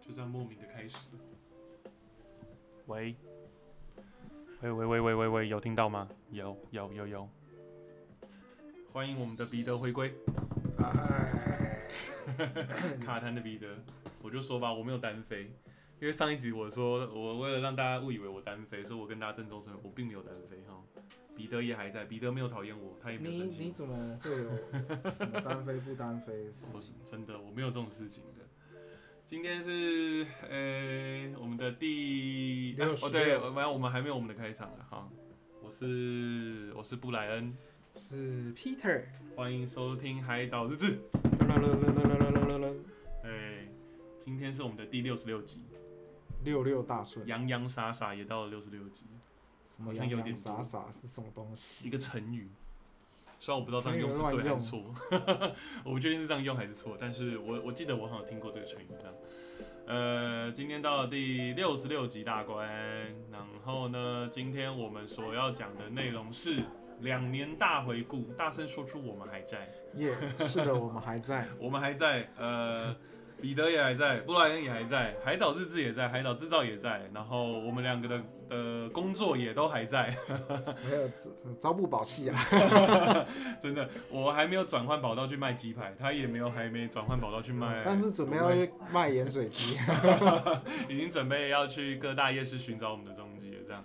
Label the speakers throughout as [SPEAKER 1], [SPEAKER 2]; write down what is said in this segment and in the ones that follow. [SPEAKER 1] 就这样莫名的开始了。
[SPEAKER 2] 喂，喂喂喂喂喂喂，有听到吗？有有有有，
[SPEAKER 1] 欢迎我们的彼得 回归，
[SPEAKER 3] 哎，
[SPEAKER 1] 卡痰的彼得。我就说吧，我没有单飞，因为上一集我说我为了让大家误以为我单飞，所以我跟大家郑重声明，我并没有单飞哈。彼得也还在，彼得没有讨厌我，他也没
[SPEAKER 3] 你
[SPEAKER 1] 有生气。
[SPEAKER 3] 你怎么会有什么单飞不单飞的事
[SPEAKER 1] 我
[SPEAKER 3] 情？
[SPEAKER 1] 真的我没有这种事情的。今天是呃、我们的第
[SPEAKER 3] 六十
[SPEAKER 1] 哦对，
[SPEAKER 3] 六
[SPEAKER 1] 完我们还没有我们的开场啊哈。我是我是布莱恩，
[SPEAKER 3] 是 Peter，
[SPEAKER 1] 欢迎收听《海岛日志》。哎，今天是我们的第六十六集，
[SPEAKER 3] 六六大顺，
[SPEAKER 1] 洋洋洒洒也到了六十六集，
[SPEAKER 3] 什么
[SPEAKER 1] 好像
[SPEAKER 3] 洋
[SPEAKER 1] 有
[SPEAKER 3] 洋
[SPEAKER 1] 点
[SPEAKER 3] 洒洒是什么东
[SPEAKER 1] 一
[SPEAKER 3] 西？
[SPEAKER 1] 个成语。虽然我不知道这样用是对还是错， 我不确定是这样用还是错，但是我我记得我好像有听过这个成语这样。呃，今天到了第六十六集大关，然后呢，今天我们所要讲的内容是两年大回顾，大声说出我们还在，
[SPEAKER 3] 耶、是的，我们还在。
[SPEAKER 1] 我们还在，呃，彼得也还在，布莱恩也还在，海岛日志也在，海岛制造也在，然后我们两个的的工作也都还在，
[SPEAKER 3] 没有招招不保系啊，
[SPEAKER 1] 真的，我还没有转换跑道去卖鸡排，他也没有还没转换跑道去卖卤味，
[SPEAKER 3] 哦但是准备要去卖盐水鸡。
[SPEAKER 1] 已经准备要去各大夜市寻找我们的踪迹了，这样。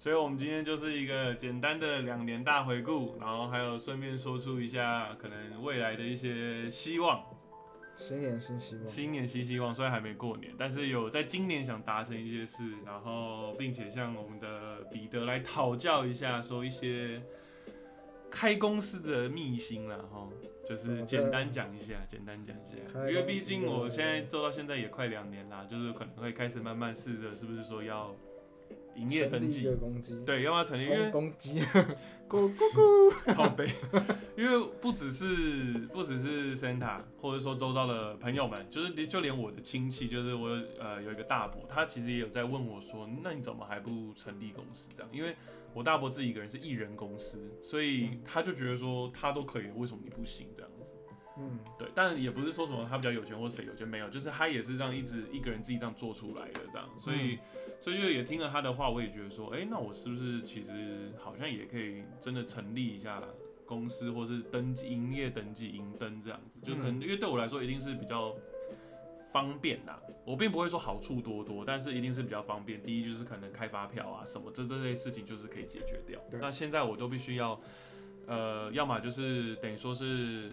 [SPEAKER 1] 所以，我们今天就是一个简单的两年大回顾，然后还有顺便说出一下可能未来的一些希望。
[SPEAKER 3] 新年新希望，
[SPEAKER 1] 新年新希望，虽然还没过年，但是有在今年想达成一些事，然后并且向我们的彼得来讨教一下，说一些开公司的秘辛啦，哈，就是简单讲一下，简单讲一
[SPEAKER 3] 开公司
[SPEAKER 1] 下，
[SPEAKER 3] 的
[SPEAKER 1] 因为毕竟我现在做到现在也快两年啦，就是可能会开始慢慢试着，是不是说要营业登
[SPEAKER 3] 成立一
[SPEAKER 1] 记
[SPEAKER 3] 个？公鸡，
[SPEAKER 1] 对，要不要成立？因为
[SPEAKER 3] 公公鸡，咕咕
[SPEAKER 1] 靠背， 因为不只是不只是 Santa，或者说周遭的朋友们，就是连就连我的亲戚，就是我呃有一个大伯，他其实也有在问我说，那你怎么还不成立公司这样？因为我大伯自己一个人是艺人公司，所以他就觉得说他都可以，为什么你不行这样子？
[SPEAKER 3] 嗯，
[SPEAKER 1] 对，但也不是说什么他比较有钱或谁有钱没有，就是他也是这样一直一个人自己这样做出来的这样，所以、所以就也听了他的话，我也觉得说，哎、那我是不是其实好像也可以真的成立一下公司，或是登记营业登记营登这样子，就可能、因为对我来说一定是比较。方便啦，我并不会说好处多多，但是一定是比较方便。第一就是可能开发票啊什么，这这类事情就是可以解决掉。
[SPEAKER 3] 对
[SPEAKER 1] 那现在我都必须要，呃，要么就是等于说是，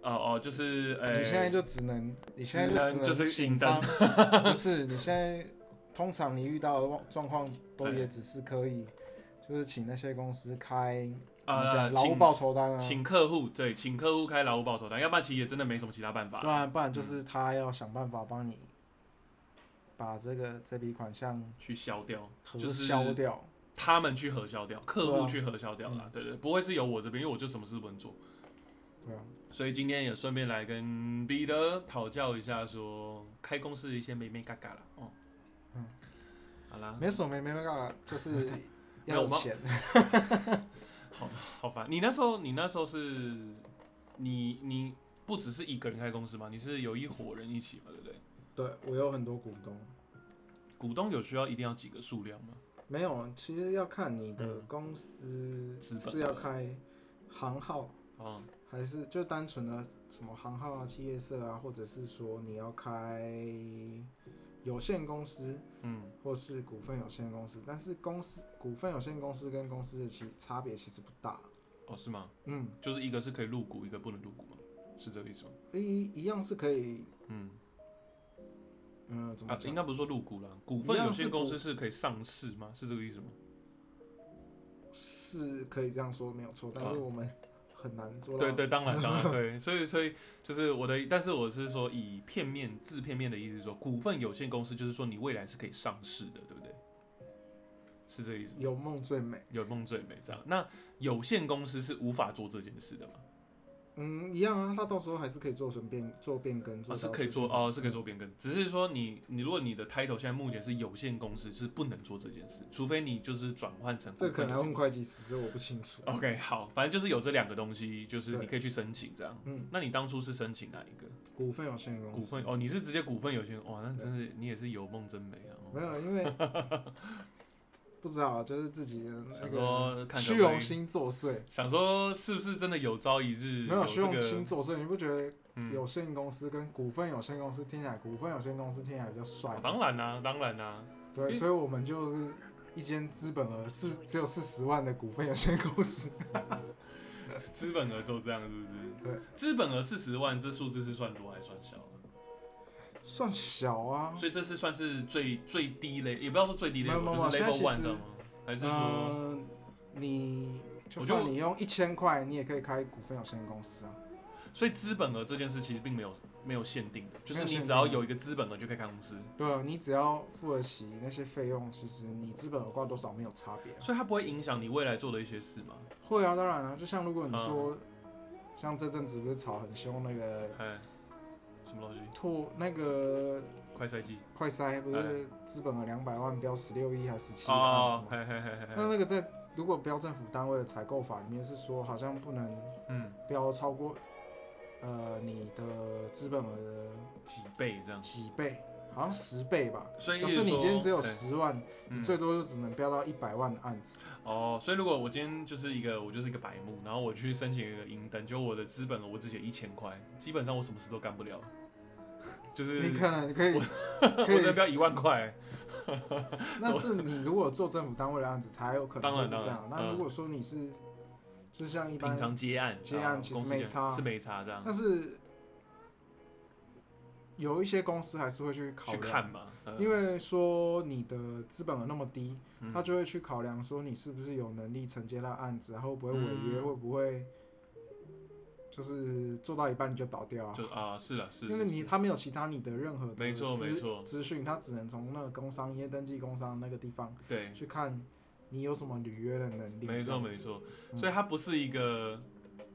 [SPEAKER 1] 哦哦，就是呃，
[SPEAKER 3] 你现在就只能，你现在就只能
[SPEAKER 1] 就是
[SPEAKER 3] 请
[SPEAKER 1] 引灯
[SPEAKER 3] 帮， 不是你现在通常你遇到的状况都也只是可以，就是请那些公司开怎么
[SPEAKER 1] 呃
[SPEAKER 3] 讲劳务
[SPEAKER 1] 请
[SPEAKER 3] 报酬单啊，
[SPEAKER 1] 请客户对，请客户开劳务报酬单，要不然其实也真的没什么其他办法。
[SPEAKER 3] 对啊，不然
[SPEAKER 1] 嗯
[SPEAKER 3] 就是他要想办法帮你把这个这笔款项
[SPEAKER 1] 去消掉，
[SPEAKER 3] 核
[SPEAKER 1] 就是
[SPEAKER 3] 销掉，
[SPEAKER 1] 他们去核销掉，客
[SPEAKER 3] 对
[SPEAKER 1] 户
[SPEAKER 3] 啊
[SPEAKER 1] 去核销掉啦，对对，不会是由我这边，因为我就什么事不能做。
[SPEAKER 3] 对啊，
[SPEAKER 1] 所以今天也顺便来跟彼得讨教一下，说开公司的一些妹妹嘎嘎啦。哦，
[SPEAKER 3] 嗯，
[SPEAKER 1] 好啦，
[SPEAKER 3] 没什么没没办法，就是
[SPEAKER 1] 嗯 没
[SPEAKER 3] 要
[SPEAKER 1] 有
[SPEAKER 3] 有
[SPEAKER 1] 我们
[SPEAKER 3] 钱，
[SPEAKER 1] 好好烦。你那时候，你那时候是，你你不只是一个人开公司吗？你是有一伙人一起嘛，对不对？
[SPEAKER 3] 对我有很多股东。
[SPEAKER 1] 股东有需要一定要几个数量吗？
[SPEAKER 3] 没有，其实要看你的
[SPEAKER 1] 嗯
[SPEAKER 3] 公司
[SPEAKER 1] 资本
[SPEAKER 3] 是要开行号，
[SPEAKER 1] 哦，
[SPEAKER 3] 还是就单纯的什么行号啊、企业社啊，或者是说你要开有限公司
[SPEAKER 1] 嗯，
[SPEAKER 3] 或是股份有限公司。但是公司股份有限公司跟公司的其差别其实不大，
[SPEAKER 1] 哦是吗？
[SPEAKER 3] 嗯，
[SPEAKER 1] 就是一个是可以入股，一个不能入股吗？是这个意思吗？
[SPEAKER 3] 一一样是可以，
[SPEAKER 1] 嗯，
[SPEAKER 3] 嗯，怎么
[SPEAKER 1] 啊，
[SPEAKER 3] 讲？
[SPEAKER 1] 应该不是说入股啦，股份
[SPEAKER 3] 一样
[SPEAKER 1] 有
[SPEAKER 3] 是
[SPEAKER 1] 限公
[SPEAKER 3] 股
[SPEAKER 1] 司是可以上市吗？是这个意思吗？
[SPEAKER 3] 是可以这样说没有错，但是
[SPEAKER 1] 啊
[SPEAKER 3] 我们很难做到。
[SPEAKER 1] 对对，当然当 然对，所以所以就是我的，但是我是说以片面字片面的意思说，股份有限公司就是说你未来是可以上市的，对不对？是这个意思吗？
[SPEAKER 3] 有梦最美。
[SPEAKER 1] 有梦最美这样，那有限公司是无法做这件事的嘛？
[SPEAKER 3] 嗯，一样啊，他到时候还是可以做成变做变更，
[SPEAKER 1] 啊，
[SPEAKER 3] 做
[SPEAKER 1] 是
[SPEAKER 3] 调
[SPEAKER 1] 可以
[SPEAKER 3] 整
[SPEAKER 1] 做哦，
[SPEAKER 3] 嗯
[SPEAKER 1] 是可以做变更，只是说你你如果你的 title 现在目前是有限公司，是不能做这件事，除非你就是转换成
[SPEAKER 3] 这可能要
[SPEAKER 1] 股份
[SPEAKER 3] 问会计师，这我不清楚。
[SPEAKER 1] 有限。OK，好，反正就是有这两个东西，就是
[SPEAKER 3] 对
[SPEAKER 1] 你可以去申请这样。
[SPEAKER 3] 嗯，
[SPEAKER 1] 那你当初是申请哪一个
[SPEAKER 3] 股份有限公司
[SPEAKER 1] 股份？哦，你是直接股份有限？哇，那真是你也是有梦真美啊！哦
[SPEAKER 3] 没 有，因为不知道，就是自己的那
[SPEAKER 1] 想说看可
[SPEAKER 3] 个
[SPEAKER 1] 不可以
[SPEAKER 3] 虚荣心作祟。
[SPEAKER 1] 想说是不是真的有朝一日
[SPEAKER 3] 没有虚
[SPEAKER 1] 这
[SPEAKER 3] 荣
[SPEAKER 1] 个
[SPEAKER 3] 心作祟，你不觉得
[SPEAKER 1] 嗯
[SPEAKER 3] 有限公司跟股份有限公司听起来，股份有限公司听起来比较帅
[SPEAKER 1] 哦
[SPEAKER 3] 吗？
[SPEAKER 1] 当然啦、当然啦、啊
[SPEAKER 3] 对，
[SPEAKER 1] 因为
[SPEAKER 3] 所以我们就是一间资本额是只有四十万的股份有限 公司。
[SPEAKER 1] 资本额就这样，是不是？
[SPEAKER 3] 对，
[SPEAKER 1] 资本额四十万，这数字是算多还是算小啊？
[SPEAKER 3] 算小啊。
[SPEAKER 1] 所以这是算是最最低类，也不要说最低类，
[SPEAKER 3] 没有没有
[SPEAKER 1] 就是
[SPEAKER 3] 现在
[SPEAKER 1] level
[SPEAKER 3] 其
[SPEAKER 1] one
[SPEAKER 3] 实
[SPEAKER 1] 的吗？还是
[SPEAKER 3] 嗯、
[SPEAKER 1] 说
[SPEAKER 3] 你就
[SPEAKER 1] 我觉得
[SPEAKER 3] 算你用一千块，你也可以开股份有限公司啊。
[SPEAKER 1] 所以资本额这件事其实并没有没有限定的，就是
[SPEAKER 3] 没有限
[SPEAKER 1] 你
[SPEAKER 3] 定
[SPEAKER 1] 只要有一个资本额就可以开公司，
[SPEAKER 3] 对啊，你只要付得起那些费用，其实你资本额挂多少没有差别、啊。
[SPEAKER 1] 所以它不会影响你未来做的一些事嘛？
[SPEAKER 3] 会啊，当然啊，就像如果
[SPEAKER 1] 嗯
[SPEAKER 3] 你说，像这阵子不是吵很凶那个
[SPEAKER 1] 哎，什么东西？
[SPEAKER 3] 拓那个
[SPEAKER 1] 快赛季
[SPEAKER 3] 快塞，不是资本额两百万标十六亿还是十七
[SPEAKER 1] 哎
[SPEAKER 3] 亿啊
[SPEAKER 1] 哦
[SPEAKER 3] 什，么？
[SPEAKER 1] 嘿嘿嘿嘿
[SPEAKER 3] 那
[SPEAKER 1] 嘿，
[SPEAKER 3] 那个在如果标政府单位的采购法里面是说，好像不能
[SPEAKER 1] 嗯，
[SPEAKER 3] 标超过呃你的资本额
[SPEAKER 1] 几倍这样
[SPEAKER 3] 的。几倍，好像十倍吧。
[SPEAKER 1] 所以
[SPEAKER 3] 假
[SPEAKER 1] 意思
[SPEAKER 3] 设你
[SPEAKER 1] 说
[SPEAKER 3] 今天只有
[SPEAKER 1] 对
[SPEAKER 3] 十万，
[SPEAKER 1] 嗯
[SPEAKER 3] 你最多就只能标到一百万的案子。
[SPEAKER 1] 哦，所以如果我今天就是一个我就是一个白目，然后我去申请一个银灯，就我的资本额我只写一千块，基本上我什么事都干不了，就是
[SPEAKER 3] 你可能可以，
[SPEAKER 1] 我
[SPEAKER 3] 可以
[SPEAKER 1] 这标一万块，
[SPEAKER 3] 那是你如果做政府单位的案子才有可能
[SPEAKER 1] 当
[SPEAKER 3] 会
[SPEAKER 1] 然
[SPEAKER 3] 是这
[SPEAKER 1] 当
[SPEAKER 3] 样
[SPEAKER 1] 然。
[SPEAKER 3] 那
[SPEAKER 1] 嗯
[SPEAKER 3] 如果说你是，就像一般
[SPEAKER 1] 平，常接案，
[SPEAKER 3] 接
[SPEAKER 1] 然后
[SPEAKER 3] 案其实
[SPEAKER 1] 公司
[SPEAKER 3] 没
[SPEAKER 1] 接案
[SPEAKER 3] 差啊
[SPEAKER 1] 是没差这样
[SPEAKER 3] 但是有一些公司还是会去考
[SPEAKER 1] 去
[SPEAKER 3] 量，
[SPEAKER 1] 看嘛，嗯
[SPEAKER 3] 因为说你的资本额那么低，
[SPEAKER 1] 嗯
[SPEAKER 3] 他就会去考量说你是不是有能力承接那案子，然后会不会违约，
[SPEAKER 1] 嗯
[SPEAKER 3] 会不会就是做到一半你就倒掉啊？
[SPEAKER 1] 就啊是了是，
[SPEAKER 3] 因为
[SPEAKER 1] 是
[SPEAKER 3] 你
[SPEAKER 1] 是
[SPEAKER 3] 他没有其他你的任何的
[SPEAKER 1] 没错
[SPEAKER 3] 资
[SPEAKER 1] 没错
[SPEAKER 3] 资讯，他只能从那个工商业登记工商那个地方
[SPEAKER 1] 对，
[SPEAKER 3] 去看你有什么履约的能
[SPEAKER 1] 嗯
[SPEAKER 3] 力。
[SPEAKER 1] 没
[SPEAKER 3] 这
[SPEAKER 1] 错
[SPEAKER 3] 样
[SPEAKER 1] 没
[SPEAKER 3] 子。
[SPEAKER 1] 错，
[SPEAKER 3] 嗯
[SPEAKER 1] 所以它不是一个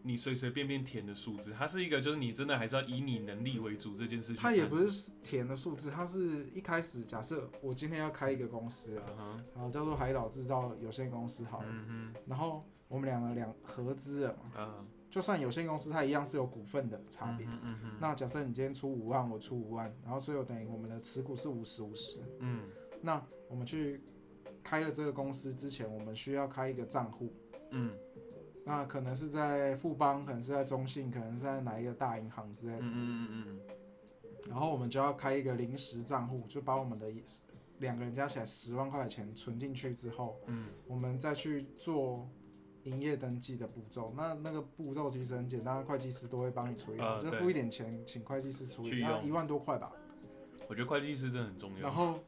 [SPEAKER 1] 你随随便便填的数字，它是一个就是你真的还是要以你能力为主这件事情。
[SPEAKER 3] 他也不是填的数字，他是一开始假设我今天要开一个公司啊，
[SPEAKER 1] 嗯哼，
[SPEAKER 3] 然后叫做海岛制造有限公司好了，
[SPEAKER 1] 嗯
[SPEAKER 3] 然后我们两个两合资了嘛，
[SPEAKER 1] 哼，啊，
[SPEAKER 3] 就算有限公司，它一样是有股份的差别。
[SPEAKER 1] 嗯哼嗯哼，
[SPEAKER 3] 那假设你今天出五万，我出五万，然后所以我等于我们的持股是五十五十。
[SPEAKER 1] 嗯
[SPEAKER 3] 那我们去开了这个公司之前，我们需要开一个账户，
[SPEAKER 1] 嗯
[SPEAKER 3] 那可能是在富邦，可能是在中信，可能是在哪一个大银行之类
[SPEAKER 1] 嗯
[SPEAKER 3] 的。
[SPEAKER 1] 嗯嗯
[SPEAKER 3] 然后我们就要开一个临时账户，就把我们的两个人加起来十万块钱存进去之后，
[SPEAKER 1] 嗯
[SPEAKER 3] 我们再去做营业登记的步骤。那那个步骤其实很简单，会计师都会帮你处理好，
[SPEAKER 1] 啊
[SPEAKER 3] 就
[SPEAKER 1] 对
[SPEAKER 3] 付一点钱请会计师处
[SPEAKER 1] 去
[SPEAKER 3] 理，
[SPEAKER 1] 用
[SPEAKER 3] 那一万多块吧。
[SPEAKER 1] 嗯，我觉得会计师真的很重
[SPEAKER 3] 然
[SPEAKER 1] 要。
[SPEAKER 3] 后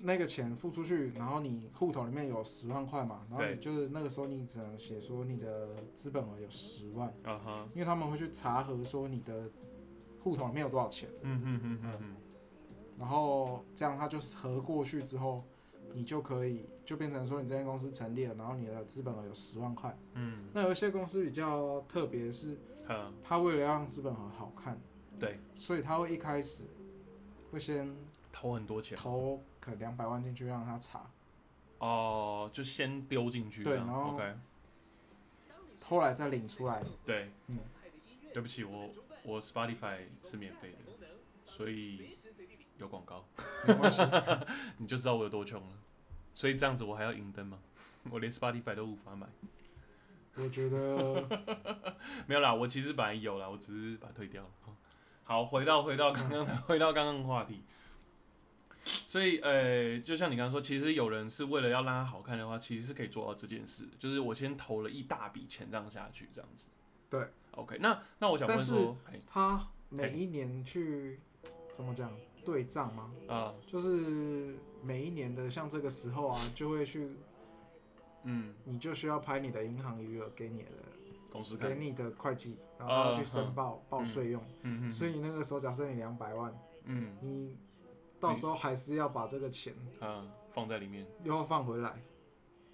[SPEAKER 3] 那个钱付出去，然后你户头里面有十万块嘛，然后
[SPEAKER 1] 对
[SPEAKER 3] 你就是那个时候你只能写说你的资本额有十万，
[SPEAKER 1] 啊哈，
[SPEAKER 3] 因为他们会去查核说你的户头里面有多少钱。
[SPEAKER 1] 嗯哼哼哼哼，
[SPEAKER 3] 然后这样它就是合过去之后，你就可以就变成说你这间公司成立了，然后你的资本额有十万块。
[SPEAKER 1] 嗯，
[SPEAKER 3] 那有一些公司比较特别，是
[SPEAKER 1] 好，
[SPEAKER 3] 它为了要让资本额好看，
[SPEAKER 1] 对，
[SPEAKER 3] 所以它会一开始会先
[SPEAKER 1] 投很多钱
[SPEAKER 3] 投可两百万进去让他查，
[SPEAKER 1] 哦，就先丢进去这
[SPEAKER 3] 对
[SPEAKER 1] 样，
[SPEAKER 3] 然后
[SPEAKER 1] OK，
[SPEAKER 3] 后来再领出来。
[SPEAKER 1] 对，
[SPEAKER 3] 嗯，
[SPEAKER 1] 对不起，我我 Spotify 是免费的，所以有广告。
[SPEAKER 3] 没 关系，
[SPEAKER 1] 你就知道我有多穷了。所以这样子我还要银灯吗？ 我连 Spotify 都无法买。
[SPEAKER 3] 我觉得
[SPEAKER 1] 没有啦，我其实本来有啦，我只是把它退掉了。好，回到回到刚刚 的，回到刚刚的话题。所以，呃，就像你刚刚说，其实有人是为了要让它好看的话，其实是可以做到这件事的，就是我先投了一大笔钱这样下去，这样子。
[SPEAKER 3] 对
[SPEAKER 1] ，OK，那那我想问
[SPEAKER 3] 但是
[SPEAKER 1] 说，哎，
[SPEAKER 3] 他每一年去怎么讲对账吗？
[SPEAKER 1] 啊、
[SPEAKER 3] 就是每一年的像这个时候啊，就会去
[SPEAKER 1] 嗯，
[SPEAKER 3] 你就需要拍你的银行余额给你的
[SPEAKER 1] 公司看
[SPEAKER 3] 给，你的会计，然后他去申报、报税用。
[SPEAKER 1] 嗯嗯，
[SPEAKER 3] 所
[SPEAKER 1] 以，
[SPEAKER 3] 以那个时候，假设你两百万，
[SPEAKER 1] 嗯，
[SPEAKER 3] 你到时候还是要把这个钱
[SPEAKER 1] 啊，放在里面，
[SPEAKER 3] 又要放回来，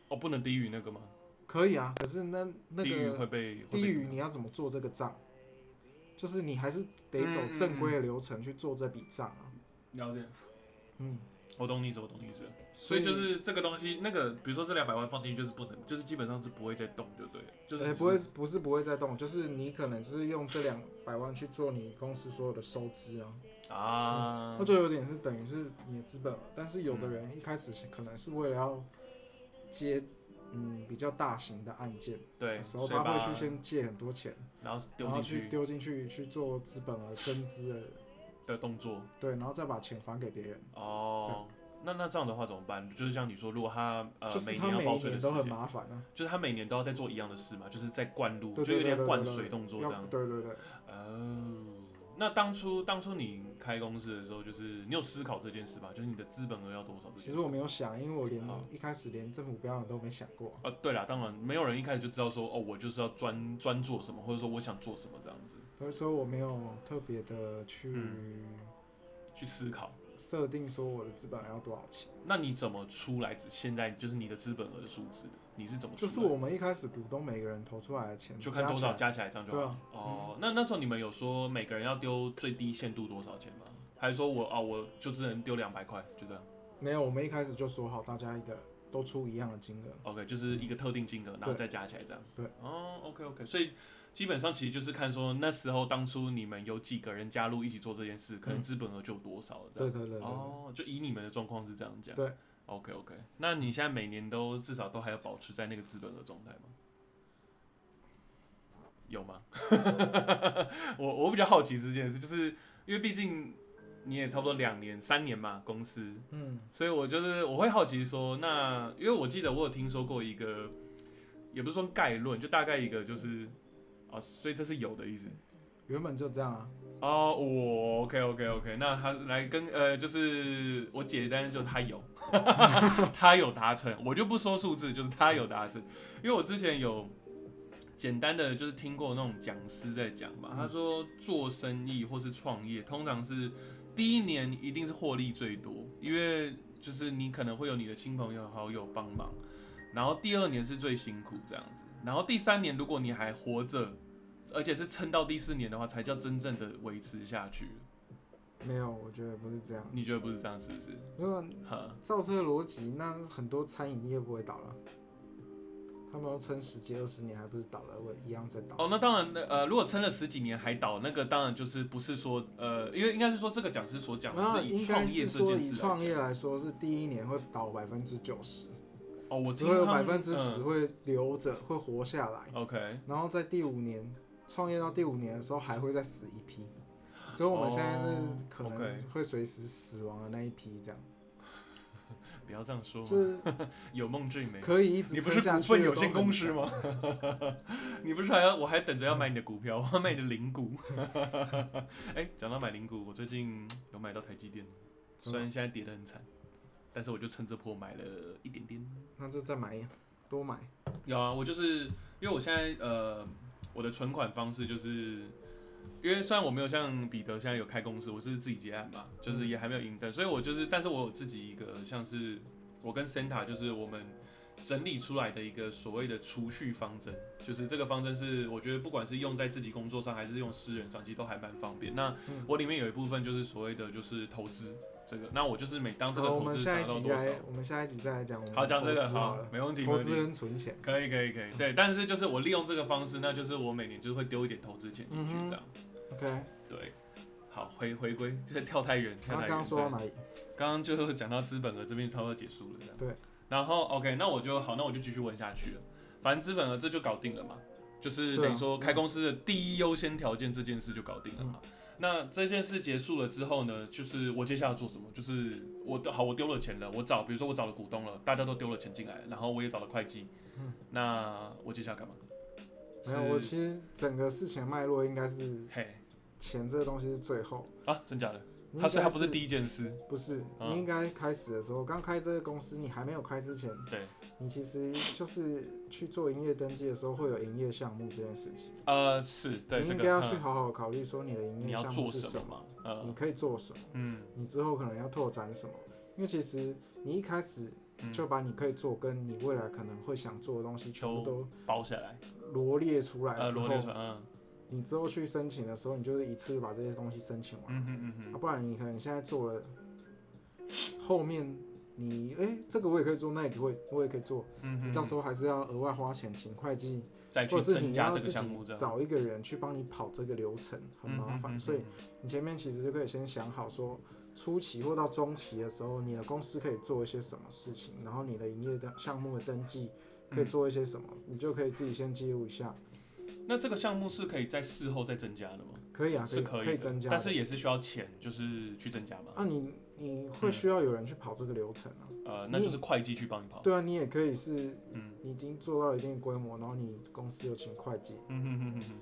[SPEAKER 1] 哦，不能低于那个吗？
[SPEAKER 3] 可以啊，可是那那
[SPEAKER 1] 地狱
[SPEAKER 3] 个
[SPEAKER 1] 会被
[SPEAKER 3] 低于你
[SPEAKER 1] 你
[SPEAKER 3] 要怎么做这个账？就是你还是得走
[SPEAKER 1] 嗯
[SPEAKER 3] 正规的流程去做这笔账啊。
[SPEAKER 1] 了解，
[SPEAKER 3] 嗯，
[SPEAKER 1] 我懂你意思，我懂你意思。所以就是这个东西，那个比如说这两百万放进去就是不能，就是基本上是不会再动，就对了，就是
[SPEAKER 3] 呃、
[SPEAKER 1] 你
[SPEAKER 3] 不会，不是不会再动，就是你可能就是用这两百万去做你公司所有的收支啊，
[SPEAKER 1] 啊
[SPEAKER 3] 那，就有点是等于是你的资本额。但是有的
[SPEAKER 1] 嗯
[SPEAKER 3] 人一开始是可能是为了要接嗯比较大型的案件
[SPEAKER 1] 对，
[SPEAKER 3] 的时候，
[SPEAKER 1] 所以
[SPEAKER 3] 他会
[SPEAKER 1] 把
[SPEAKER 3] 去先借很多钱，
[SPEAKER 1] 然后丢
[SPEAKER 3] 然后
[SPEAKER 1] 进
[SPEAKER 3] 去
[SPEAKER 1] 去
[SPEAKER 3] 丢进去去做资本额增资的，
[SPEAKER 1] 的动作
[SPEAKER 3] 对，然后再把钱还给别人。这
[SPEAKER 1] 哦。那那这样的话怎么办？就是像你说，如果他呃
[SPEAKER 3] 就是他
[SPEAKER 1] 年要
[SPEAKER 3] 每
[SPEAKER 1] 报
[SPEAKER 3] 一
[SPEAKER 1] 税的
[SPEAKER 3] 年
[SPEAKER 1] 时
[SPEAKER 3] 都很
[SPEAKER 1] 间，
[SPEAKER 3] 麻烦啊，
[SPEAKER 1] 就是他每年都要再做一样的事嘛，就是在灌入，
[SPEAKER 3] 对
[SPEAKER 1] 就有
[SPEAKER 3] 对对
[SPEAKER 1] 点
[SPEAKER 3] 对
[SPEAKER 1] 灌
[SPEAKER 3] 对
[SPEAKER 1] 水动作这
[SPEAKER 3] 要
[SPEAKER 1] 样。
[SPEAKER 3] 对对对，
[SPEAKER 1] 哦，那当初当初你开公司的时候，就是你有思考这件事吧？就是你的资本额要多少这件事？啊
[SPEAKER 3] 其实我没有想，因为我连
[SPEAKER 1] 好
[SPEAKER 3] 一开始连政府标准都没想过。
[SPEAKER 1] 啊，对啦，当然没有人一开始就知道说哦，我就是要专专做什么，或者说我想做什么这样子
[SPEAKER 3] 所以说我没有特别的去
[SPEAKER 1] 嗯去思考。
[SPEAKER 3] 设定说我的资本要多少钱，
[SPEAKER 1] 那你怎么出来？现在就是你的资本额的数字，你是怎么出
[SPEAKER 3] 就
[SPEAKER 1] 来？
[SPEAKER 3] 是我们一开始股东每个人投出来的钱，
[SPEAKER 1] 就看多少
[SPEAKER 3] 加起
[SPEAKER 1] 加起来
[SPEAKER 3] 来
[SPEAKER 1] 这样就好。
[SPEAKER 3] 对啊
[SPEAKER 1] 哦，那那时候你们有说每个人要丢最低限度多少钱吗？还是说我啊、我就只能丢两百块，就这样
[SPEAKER 3] 没有，我们一开始就说好大家一个都出一样的金额，
[SPEAKER 1] ？OK，就是一个特定金额，然后再加起来这样。
[SPEAKER 3] 对。
[SPEAKER 1] 哦，OK OK，所以基本上其实就是看说那时候当初你们有几个人加入一起做这件事，可能资本额就有多少这
[SPEAKER 3] 嗯对
[SPEAKER 1] 样。
[SPEAKER 3] 对对对对，
[SPEAKER 1] 哦，就以你们的状况是这样讲。
[SPEAKER 3] 对。
[SPEAKER 1] OK OK，那你现在每年都至少都还要保持在那个资本额状态吗？有吗？ 我我比较好奇这件事，就是因为毕竟你也差不多两年、三年嘛，公司，
[SPEAKER 3] 嗯，
[SPEAKER 1] 所以我就是我会好奇说，那因为我记得我有听说过一个，也不是说概论，就大概一个就是，啊，所以这是有的意思。
[SPEAKER 3] 原本就这样啊，
[SPEAKER 1] 哦，我 OK OK OK，那他来跟呃，就是我简单就他有， 他有达成，我就不说数字，就是他有达成，因为我之前有简单的就是听过那种讲师在讲嘛，他说做生意或是创业，通常是第一年一定是获利最多，因为就是你可能会有你的亲朋友好友帮忙，然后第二年是最辛苦这样子，然后第三年如果你还活着。而且是撑到第四年的话，才叫真正的维持下去。
[SPEAKER 3] 没有，我觉得不是这样。
[SPEAKER 1] 你觉得不是这样，是不是？
[SPEAKER 3] 如果
[SPEAKER 1] 哈，
[SPEAKER 3] 照这个逻辑，那很多餐饮业不会倒了，他们要撑十几二十年，还不是倒了，我一样在倒。
[SPEAKER 1] 哦，那当然，那呃，如果撑了十几年还倒，那个当然就是不是说呃，因为应该是说这个讲师所讲
[SPEAKER 3] 那
[SPEAKER 1] 的是以
[SPEAKER 3] 啊应
[SPEAKER 1] 创
[SPEAKER 3] 该
[SPEAKER 1] 业这
[SPEAKER 3] 是说，
[SPEAKER 1] 件
[SPEAKER 3] 以
[SPEAKER 1] 事
[SPEAKER 3] 创
[SPEAKER 1] 来
[SPEAKER 3] 业
[SPEAKER 1] 讲
[SPEAKER 3] 来说，是第一年会倒百分之九十，
[SPEAKER 1] 哦，我
[SPEAKER 3] 只
[SPEAKER 1] 听
[SPEAKER 3] 会有
[SPEAKER 1] 他
[SPEAKER 3] 百
[SPEAKER 1] 们
[SPEAKER 3] 分之十
[SPEAKER 1] 嗯
[SPEAKER 3] 会留着，会活下来。
[SPEAKER 1] OK，
[SPEAKER 3] 然后在第五年创业到第五年的时候，还会再死一批，所以我们现在是
[SPEAKER 1] 哦
[SPEAKER 3] 可
[SPEAKER 1] OK
[SPEAKER 3] 能会随时死亡的那一批，这样
[SPEAKER 1] 不要这样说嘛，
[SPEAKER 3] 就是
[SPEAKER 1] 有梦最美。
[SPEAKER 3] 可以一
[SPEAKER 1] 哦
[SPEAKER 3] 直
[SPEAKER 1] 你不
[SPEAKER 3] 撑
[SPEAKER 1] 是
[SPEAKER 3] 下
[SPEAKER 1] 股
[SPEAKER 3] 去
[SPEAKER 1] 份
[SPEAKER 3] 的
[SPEAKER 1] 有
[SPEAKER 3] 都很
[SPEAKER 1] 限公司吗？ 你不是还要我还等着要买你的股票，我要买你的零股。 哎、讲到买零股，我最近有买到台积电，
[SPEAKER 3] 真
[SPEAKER 1] 虽
[SPEAKER 3] 的
[SPEAKER 1] 然现在跌得很惨，但是我就趁这波买了一点点。
[SPEAKER 3] 那就再买一多买，
[SPEAKER 1] 有啊，我就是因为我现在呃，我的存款方式就是，因为虽然我没有像彼得现在有开公司，我是自己结案嘛，
[SPEAKER 3] 嗯
[SPEAKER 1] 就是也还没有赢单，所以我就是，但是我有自己一个像是我跟 Santa 就是我们整理出来的一个所谓的储蓄方针，就是这个方针是我觉得不管是用在自己工作上还是用私人上，其实都还蛮方便。那
[SPEAKER 3] 嗯
[SPEAKER 1] 我里面有一部分就是所谓的就是投资这个，那我就是每当这个
[SPEAKER 3] 好，我
[SPEAKER 1] 投
[SPEAKER 3] 们
[SPEAKER 1] 资
[SPEAKER 3] 下
[SPEAKER 1] 达
[SPEAKER 3] 一
[SPEAKER 1] 到
[SPEAKER 3] 集
[SPEAKER 1] 多少
[SPEAKER 3] 来，，我们下一集再来讲我们
[SPEAKER 1] 好讲这
[SPEAKER 3] 投
[SPEAKER 1] 个
[SPEAKER 3] 资好
[SPEAKER 1] 好
[SPEAKER 3] 了，，
[SPEAKER 1] 没问题，没
[SPEAKER 3] 投
[SPEAKER 1] 问题
[SPEAKER 3] 资。跟存钱，
[SPEAKER 1] 可以可以可以，对，但是就是我利用这个方式，那就是我每年就会丢一点投资钱进去，
[SPEAKER 3] 嗯哼
[SPEAKER 1] 这样、
[SPEAKER 3] OK，
[SPEAKER 1] 对。好，回回归，这跳太远，
[SPEAKER 3] 那
[SPEAKER 1] 跳太远。
[SPEAKER 3] 刚刚说
[SPEAKER 1] 对
[SPEAKER 3] 到哪里？
[SPEAKER 1] 刚刚就讲到资本额这边差不多结束了，这样。
[SPEAKER 3] 对。
[SPEAKER 1] 然后 OK，那我就好，那我就继续问下去了。反正资本额这就搞定了嘛，就是
[SPEAKER 3] 对啊
[SPEAKER 1] 等于说开公司的第一优先条件这件事就搞定了嘛。
[SPEAKER 3] 嗯
[SPEAKER 1] 那这件事结束了之后呢，就是我接下来要做什么？就是我好，我丢了钱了，我找，比如说我找了股东了，大家都丢了钱进来，然后我也找了会计，
[SPEAKER 3] 嗯
[SPEAKER 1] 那我接下来干嘛？
[SPEAKER 3] 没有，我
[SPEAKER 1] 是
[SPEAKER 3] 其实整个事情的脉络应该是
[SPEAKER 1] 嘿
[SPEAKER 3] 钱这个东西是最后，
[SPEAKER 1] 啊，真假的？
[SPEAKER 3] 你
[SPEAKER 1] 他
[SPEAKER 3] 应
[SPEAKER 1] 所以
[SPEAKER 3] 该
[SPEAKER 1] 他不是第一件事，
[SPEAKER 3] 不是，
[SPEAKER 1] 嗯
[SPEAKER 3] 你应该开始的时候，刚开这个公司，你还没有开之前，
[SPEAKER 1] 对，
[SPEAKER 3] 你其实就是去做营业登记的时候，会有营业项目这件事情，
[SPEAKER 1] 呃，是对
[SPEAKER 3] 你
[SPEAKER 1] 这
[SPEAKER 3] 应
[SPEAKER 1] 个，
[SPEAKER 3] 该要去
[SPEAKER 1] 嗯
[SPEAKER 3] 好好考虑说你的营
[SPEAKER 1] 你
[SPEAKER 3] 业
[SPEAKER 1] 要
[SPEAKER 3] 项
[SPEAKER 1] 做
[SPEAKER 3] 目是
[SPEAKER 1] 什
[SPEAKER 3] 什
[SPEAKER 1] 么
[SPEAKER 3] 么，嗯
[SPEAKER 1] 嘛？呃，
[SPEAKER 3] 你可以做什么，
[SPEAKER 1] 嗯，
[SPEAKER 3] 你之后可能要拓展什么，因为其实你一开始
[SPEAKER 1] 嗯
[SPEAKER 3] 就把你可以做跟你未来可能会想做的东西全部都
[SPEAKER 1] 包下来，
[SPEAKER 3] 罗列出来
[SPEAKER 1] 呃，
[SPEAKER 3] 之
[SPEAKER 1] 罗
[SPEAKER 3] 后，
[SPEAKER 1] 列出来，嗯
[SPEAKER 3] 你之后去申请的时候，你就是一次把这些东西申请完，
[SPEAKER 1] 嗯嗯嗯
[SPEAKER 3] 啊，
[SPEAKER 1] 嗯，
[SPEAKER 3] 不然你可能现在做了，后面你哎、这个我也可以做，那也可以我也可以做，
[SPEAKER 1] 嗯
[SPEAKER 3] 你
[SPEAKER 1] 嗯，
[SPEAKER 3] 到时候还是要额外花钱请会计，
[SPEAKER 1] 再
[SPEAKER 3] 或
[SPEAKER 1] 去
[SPEAKER 3] 者是
[SPEAKER 1] 增
[SPEAKER 3] 你
[SPEAKER 1] 加
[SPEAKER 3] 要
[SPEAKER 1] 这个
[SPEAKER 3] 自己
[SPEAKER 1] 项目，这样嗯
[SPEAKER 3] 找一个人去帮你跑这个流程，很麻烦，所以你前面其实就可以先想好说，初期或到中期的时候，你的公司可以做一些什么事情，然后你的营业的项目的登记可
[SPEAKER 1] 嗯
[SPEAKER 3] 以做一些什么，你就可以自己先记录一下。
[SPEAKER 1] 那这个项目是可以在事后再增加的吗？
[SPEAKER 3] 可以啊，
[SPEAKER 1] 是
[SPEAKER 3] 可
[SPEAKER 1] 以
[SPEAKER 3] 以
[SPEAKER 1] 的，
[SPEAKER 3] 增加的，
[SPEAKER 1] 但是也是需要钱，就是去增加嘛。
[SPEAKER 3] 啊你你会
[SPEAKER 1] 嗯
[SPEAKER 3] 需要有人去跑这个流程啊。
[SPEAKER 1] 呃，那就是会计去帮你跑。
[SPEAKER 3] 对啊，你也可以是
[SPEAKER 1] 嗯
[SPEAKER 3] 你已经做到一定的规模，然后你公司有请会计，
[SPEAKER 1] 嗯哼哼哼哼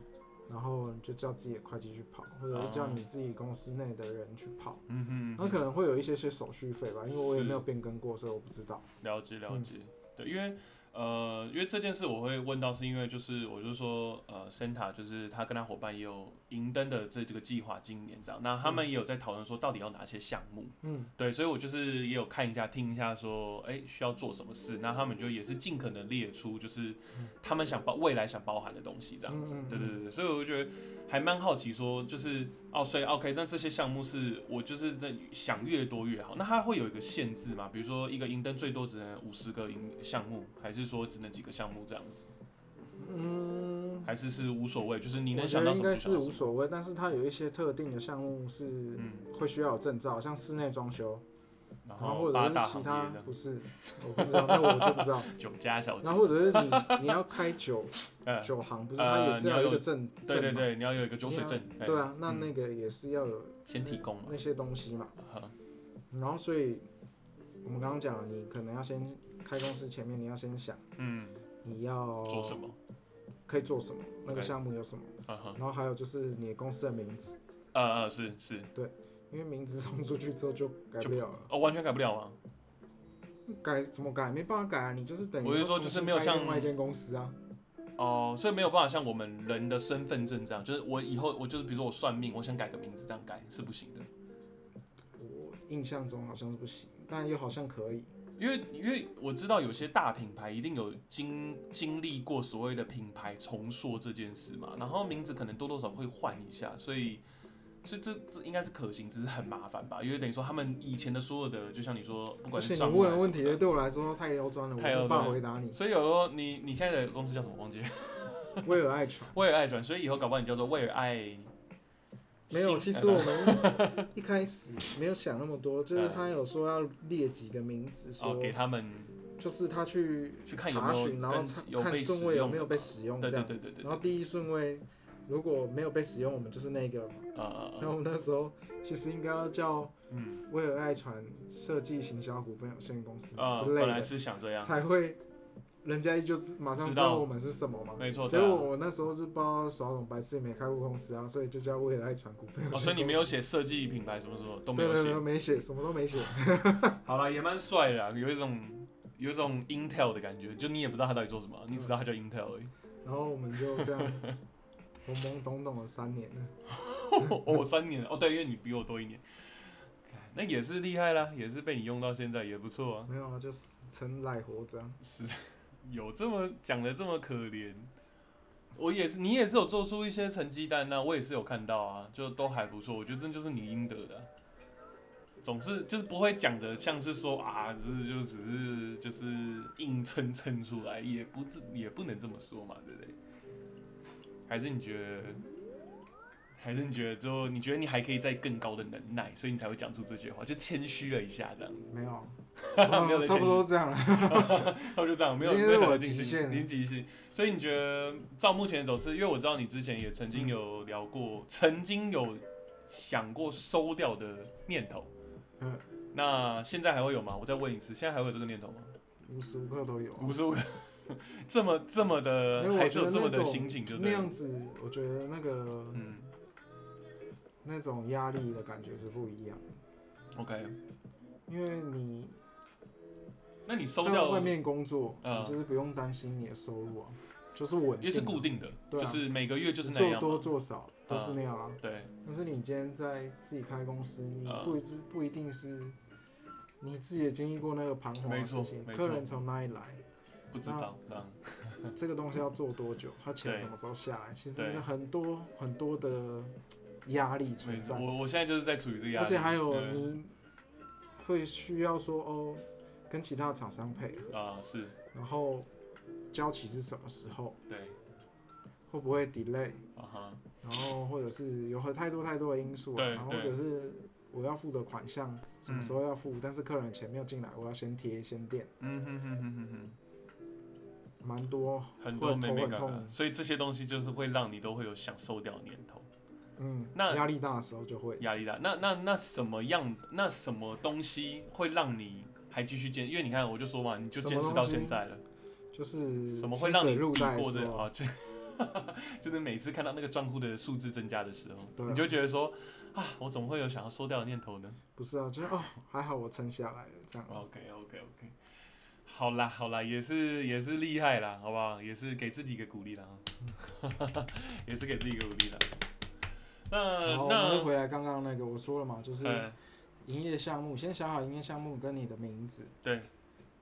[SPEAKER 3] 然后你就叫自己的会计去跑，或者是叫你自己公司内的人去跑。
[SPEAKER 1] 哦嗯哼，
[SPEAKER 3] 那可能会有一些些手续费吧，因为我也
[SPEAKER 1] 是
[SPEAKER 3] 没有变更过，所以我不知道。
[SPEAKER 1] 了解了
[SPEAKER 3] 嗯
[SPEAKER 1] 解，对，因为呃，因为这件事我会问到，是因为就是我就说呃，Santa 就是他跟他伙伴也有银灯的这这个计划，今年这样，那他们也有在讨论说到底要哪些项目，
[SPEAKER 3] 嗯，
[SPEAKER 1] 对，所以我就是也有看一下听一下说，哎、需要做什么事，那他们就也是尽可能列出就是他们想包未来想包含的东西这样子
[SPEAKER 3] 嗯嗯，
[SPEAKER 1] 对对对对，所以我就觉得还蛮好奇说就是哦，所以 OK，那这些项目是我就是在想越多越好，那它会有一个限制吗？比如说一个银灯最多只能五十个银项目，还是说只能几个项目这样子，
[SPEAKER 3] 嗯，
[SPEAKER 1] 还是是无所谓，就是你
[SPEAKER 3] 我
[SPEAKER 1] 能
[SPEAKER 3] 觉
[SPEAKER 1] 想
[SPEAKER 3] 得
[SPEAKER 1] 到
[SPEAKER 3] 应
[SPEAKER 1] 什么就
[SPEAKER 3] 该
[SPEAKER 1] 想
[SPEAKER 3] 是
[SPEAKER 1] 到
[SPEAKER 3] 无
[SPEAKER 1] 什么，
[SPEAKER 3] 所谓，但是它有一些特定的项目是
[SPEAKER 1] 嗯，
[SPEAKER 3] 会需要有证照，像室内装修，
[SPEAKER 1] 然
[SPEAKER 3] 然
[SPEAKER 1] 后
[SPEAKER 3] 后或
[SPEAKER 1] 八
[SPEAKER 3] 者
[SPEAKER 1] 大
[SPEAKER 3] 是
[SPEAKER 1] 行
[SPEAKER 3] 其
[SPEAKER 1] 业
[SPEAKER 3] 他
[SPEAKER 1] 这样，
[SPEAKER 3] 不是，我不知道，那我就 不知道。
[SPEAKER 1] 酒家小姐
[SPEAKER 3] 然，后或者是你你要开酒
[SPEAKER 1] 嗯，
[SPEAKER 3] 酒行，不是它
[SPEAKER 1] 呃
[SPEAKER 3] 也是
[SPEAKER 1] 你要
[SPEAKER 3] 要一
[SPEAKER 1] 有
[SPEAKER 3] 个证，
[SPEAKER 1] 对对
[SPEAKER 3] 证嘛
[SPEAKER 1] 对，你要有一个酒水证，
[SPEAKER 3] 对啊，那
[SPEAKER 1] 嗯
[SPEAKER 3] 那个也是要有
[SPEAKER 1] 先提供嘛。
[SPEAKER 3] 那些东西嘛。
[SPEAKER 1] 好
[SPEAKER 3] 然后所以我们刚刚讲了，你可能要先开公司前面你要先想
[SPEAKER 1] 嗯，
[SPEAKER 3] 你要
[SPEAKER 1] 做什么？
[SPEAKER 3] 可以做什么，那个
[SPEAKER 1] OK
[SPEAKER 3] 项目有什么，
[SPEAKER 1] 啊哈，
[SPEAKER 3] 然后还有就是你公司的名字，
[SPEAKER 1] 呃呃，是是，
[SPEAKER 3] 因为名字送出去之后就改不了了。
[SPEAKER 1] 哦，完全改不了啊。
[SPEAKER 3] 改怎么改？没办法改啊！你就是等于
[SPEAKER 1] 我是
[SPEAKER 3] 要
[SPEAKER 1] 说
[SPEAKER 3] 重
[SPEAKER 1] 就是
[SPEAKER 3] 新
[SPEAKER 1] 没有
[SPEAKER 3] 开
[SPEAKER 1] 像
[SPEAKER 3] 另外一间公司啊，
[SPEAKER 1] 哦，所以没有办法像我们人的身份证这样，就是我以后我就是比如说我算命，我想改个名字，这样改是不行的，
[SPEAKER 3] 我印象中好像是不行，但又好像可以。
[SPEAKER 1] 因为因为我知道有些大品牌一定有经经历过所谓的品牌重塑这件事嘛，然后名字可能多多少少会换一下，所以。所以这这应该是可行，只是很麻烦吧？因为等于说他们以前的所有的，就像你说，不
[SPEAKER 3] 而
[SPEAKER 1] 管
[SPEAKER 3] 且
[SPEAKER 1] 是
[SPEAKER 3] 你
[SPEAKER 1] 账
[SPEAKER 3] 问
[SPEAKER 1] 目还
[SPEAKER 3] 的
[SPEAKER 1] 是
[SPEAKER 3] 问
[SPEAKER 1] 什
[SPEAKER 3] 题
[SPEAKER 1] 么的
[SPEAKER 3] 对我来说太刁钻了，我
[SPEAKER 1] 太刁钻
[SPEAKER 3] 没办
[SPEAKER 1] 了
[SPEAKER 3] 法回答你。
[SPEAKER 1] 所以有时候你你现在的公司叫什么？忘记了。
[SPEAKER 3] 威尔爱犬
[SPEAKER 1] 为尔爱转，所以以后搞不好你叫做为尔爱。
[SPEAKER 3] 没有，
[SPEAKER 1] 新
[SPEAKER 3] 其实我们一开始没有想那么多，就是
[SPEAKER 1] 嗯
[SPEAKER 3] 他有说要列几个名字，
[SPEAKER 1] 哦，
[SPEAKER 3] 说
[SPEAKER 1] 给他们，
[SPEAKER 3] 就是他去
[SPEAKER 1] 去看有没
[SPEAKER 3] 查
[SPEAKER 1] 有
[SPEAKER 3] 询，然后
[SPEAKER 1] 跟
[SPEAKER 3] 查
[SPEAKER 1] 有
[SPEAKER 3] 看
[SPEAKER 1] 被使
[SPEAKER 3] 顺位有
[SPEAKER 1] 用
[SPEAKER 3] 没有
[SPEAKER 1] 的
[SPEAKER 3] 被
[SPEAKER 1] 吧
[SPEAKER 3] 使用
[SPEAKER 1] 对
[SPEAKER 3] 这
[SPEAKER 1] 对
[SPEAKER 3] 样。
[SPEAKER 1] 对对对，
[SPEAKER 3] 然后第一顺位如果没有被使用，我们就是那个嘛。然后
[SPEAKER 1] 呃，
[SPEAKER 3] 我们那时候其实应该要叫
[SPEAKER 1] 嗯，
[SPEAKER 3] 威尔爱船设计行销股份有限公司
[SPEAKER 1] 呃，
[SPEAKER 3] 之类
[SPEAKER 1] 本来
[SPEAKER 3] 的，
[SPEAKER 1] 是想这样，
[SPEAKER 3] 才会人家就知马上
[SPEAKER 1] 知
[SPEAKER 3] 知
[SPEAKER 1] 道
[SPEAKER 3] 道我们是什么嘛。
[SPEAKER 1] 没错，
[SPEAKER 3] 结
[SPEAKER 1] 对
[SPEAKER 3] 果
[SPEAKER 1] 啊。
[SPEAKER 3] 我那时候就不知道耍什么白痴，也没开过公司啊，所以就叫未来传股份有限公
[SPEAKER 1] 哦，
[SPEAKER 3] 司。
[SPEAKER 1] 所以你没有写设计品牌什么什么都没
[SPEAKER 3] 对
[SPEAKER 1] 有
[SPEAKER 3] 对对，
[SPEAKER 1] 写。
[SPEAKER 3] 没写，什么都没写。
[SPEAKER 1] 好了，也蛮帅的啊，有一种有一种 Intel 的感觉，就你也不知道他到底做什
[SPEAKER 3] 嗯
[SPEAKER 1] 么，你只知道他叫 Intel 而已。
[SPEAKER 3] 然后我们就这样 懵懵懂懂了三年了。
[SPEAKER 1] 哦，三年了哦，对，因为你比我多一年，那也是厉害啦，也是被你用到现在，也不错啊。
[SPEAKER 3] 没有啊，就死撑赖活这样。
[SPEAKER 1] 是，有这么讲的这么可怜？我也是，你也是有做出一些成绩单呐、我也是有看到啊，就都还不错。我觉得这就是你应得的啊、总是就是不会讲的像是说啊，就是就只是就是硬撑撑出来，也不也不能这么说嘛，对不对？还是你觉得？还是你觉得之后，你觉得你还可以再更高的能耐，所以你才会讲出这句话，就谦虚了一下这样子。
[SPEAKER 3] 没有，
[SPEAKER 1] 没有在
[SPEAKER 3] 差不
[SPEAKER 1] 前
[SPEAKER 3] 多这样了。啊
[SPEAKER 1] 差不多就这样，没有
[SPEAKER 3] 今
[SPEAKER 1] 没
[SPEAKER 3] 天
[SPEAKER 1] 有想
[SPEAKER 3] 是我
[SPEAKER 1] 到
[SPEAKER 3] 的
[SPEAKER 1] 进
[SPEAKER 3] 极
[SPEAKER 1] 行，
[SPEAKER 3] 限
[SPEAKER 1] 零极限。所以你觉得照目前的走势，因为我知道你之前也曾
[SPEAKER 3] 嗯
[SPEAKER 1] 经有聊过，曾经有想过收掉的念头。
[SPEAKER 3] 嗯，
[SPEAKER 1] 那现在还会有吗？我再问一次，现在还会有这个念头吗？
[SPEAKER 3] 无时无刻都有啊。
[SPEAKER 1] 无时无刻，这么这么
[SPEAKER 3] 因
[SPEAKER 1] 的，
[SPEAKER 3] 为我
[SPEAKER 1] 还是
[SPEAKER 3] 觉得
[SPEAKER 1] 有这么
[SPEAKER 3] 那
[SPEAKER 1] 的
[SPEAKER 3] 种
[SPEAKER 1] 心情，就
[SPEAKER 3] 那
[SPEAKER 1] 对了
[SPEAKER 3] 样。子，我觉得那个、
[SPEAKER 1] 嗯
[SPEAKER 3] 那种压力的感觉是不一样的，
[SPEAKER 1] ，OK。
[SPEAKER 3] 因为你
[SPEAKER 1] 那你收
[SPEAKER 3] 在
[SPEAKER 1] 掉，
[SPEAKER 3] 外面工作，
[SPEAKER 1] 嗯
[SPEAKER 3] 你就是不用担心你的收入啊，就是稳
[SPEAKER 1] 因
[SPEAKER 3] 定，
[SPEAKER 1] 为是固，定的，
[SPEAKER 3] 对
[SPEAKER 1] 就
[SPEAKER 3] 啊
[SPEAKER 1] 是每个月就是那
[SPEAKER 3] 做
[SPEAKER 1] 样
[SPEAKER 3] 多
[SPEAKER 1] 嘛。
[SPEAKER 3] 做少都是那样啊。
[SPEAKER 1] 对，
[SPEAKER 3] 但是你今天在自己开公司，你
[SPEAKER 1] 嗯
[SPEAKER 3] 不一不一定是你自己也经历过那个彷徨
[SPEAKER 1] 没
[SPEAKER 3] 的
[SPEAKER 1] 错
[SPEAKER 3] 事情，
[SPEAKER 1] 没
[SPEAKER 3] 客
[SPEAKER 1] 错
[SPEAKER 3] 人从哪里 来，
[SPEAKER 1] 不知道，当
[SPEAKER 3] 这个东西要做多久，他钱
[SPEAKER 1] 对
[SPEAKER 3] 什么时候下来，其实
[SPEAKER 1] 对
[SPEAKER 3] 很多很多的压力存
[SPEAKER 1] 没错，
[SPEAKER 3] 在，
[SPEAKER 1] 我我现在就是在处于这个压力，
[SPEAKER 3] 而且还有
[SPEAKER 1] 嗯
[SPEAKER 3] 你会需要说哦，跟其他厂商配合，
[SPEAKER 1] 啊、是
[SPEAKER 3] 然后交期是什么时候，
[SPEAKER 1] 对，
[SPEAKER 3] 会不会 delay，
[SPEAKER 1] 啊哈，
[SPEAKER 3] 然后或者是有和太多太多的因素、啊，
[SPEAKER 1] 对
[SPEAKER 3] 然后
[SPEAKER 1] 对
[SPEAKER 3] 或者是我要付的款项什么时候要付，但是客人钱没有进来，我要先贴先垫，
[SPEAKER 1] 嗯哼哼哼哼
[SPEAKER 3] 蛮多，
[SPEAKER 1] 哼，很多
[SPEAKER 3] 会
[SPEAKER 1] 美
[SPEAKER 3] 头
[SPEAKER 1] 美
[SPEAKER 3] 很
[SPEAKER 1] 感
[SPEAKER 3] 痛啊
[SPEAKER 1] 的，所以这些东西就是会让你都会有想收掉的念头，
[SPEAKER 3] 嗯，
[SPEAKER 1] 那
[SPEAKER 3] 压力大的时候就会。
[SPEAKER 1] 压力大。那那那什么样，那什么东西会让你还继续坚？因为你看，我就说嘛，你就
[SPEAKER 3] 什
[SPEAKER 1] 坚
[SPEAKER 3] 么
[SPEAKER 1] 持
[SPEAKER 3] 东
[SPEAKER 1] 到
[SPEAKER 3] 西
[SPEAKER 1] 现在了，
[SPEAKER 3] 就是
[SPEAKER 1] 什么会让你
[SPEAKER 3] 薪水入
[SPEAKER 1] 抵
[SPEAKER 3] 袋的
[SPEAKER 1] 过
[SPEAKER 3] 时
[SPEAKER 1] 这
[SPEAKER 3] 候
[SPEAKER 1] 啊？就 就是每次看到那个账户的数字增加的时候，
[SPEAKER 3] 对啊
[SPEAKER 1] 你就觉得说啊，我怎么会有想要收掉的念头呢
[SPEAKER 3] 不是啊，就是哦，还好我撑下来了，这样。
[SPEAKER 1] ？OK OK OK，好啦好啦，也是也是厉害啦，好不好？也是给自己一个鼓励啦， 也是给自己一个鼓励啦。那
[SPEAKER 3] 然后我们就
[SPEAKER 1] 那
[SPEAKER 3] 回来刚刚那个我说了嘛，就是
[SPEAKER 1] 嗯
[SPEAKER 3] 营业项目，先想好营业项目跟你的名字，
[SPEAKER 1] 对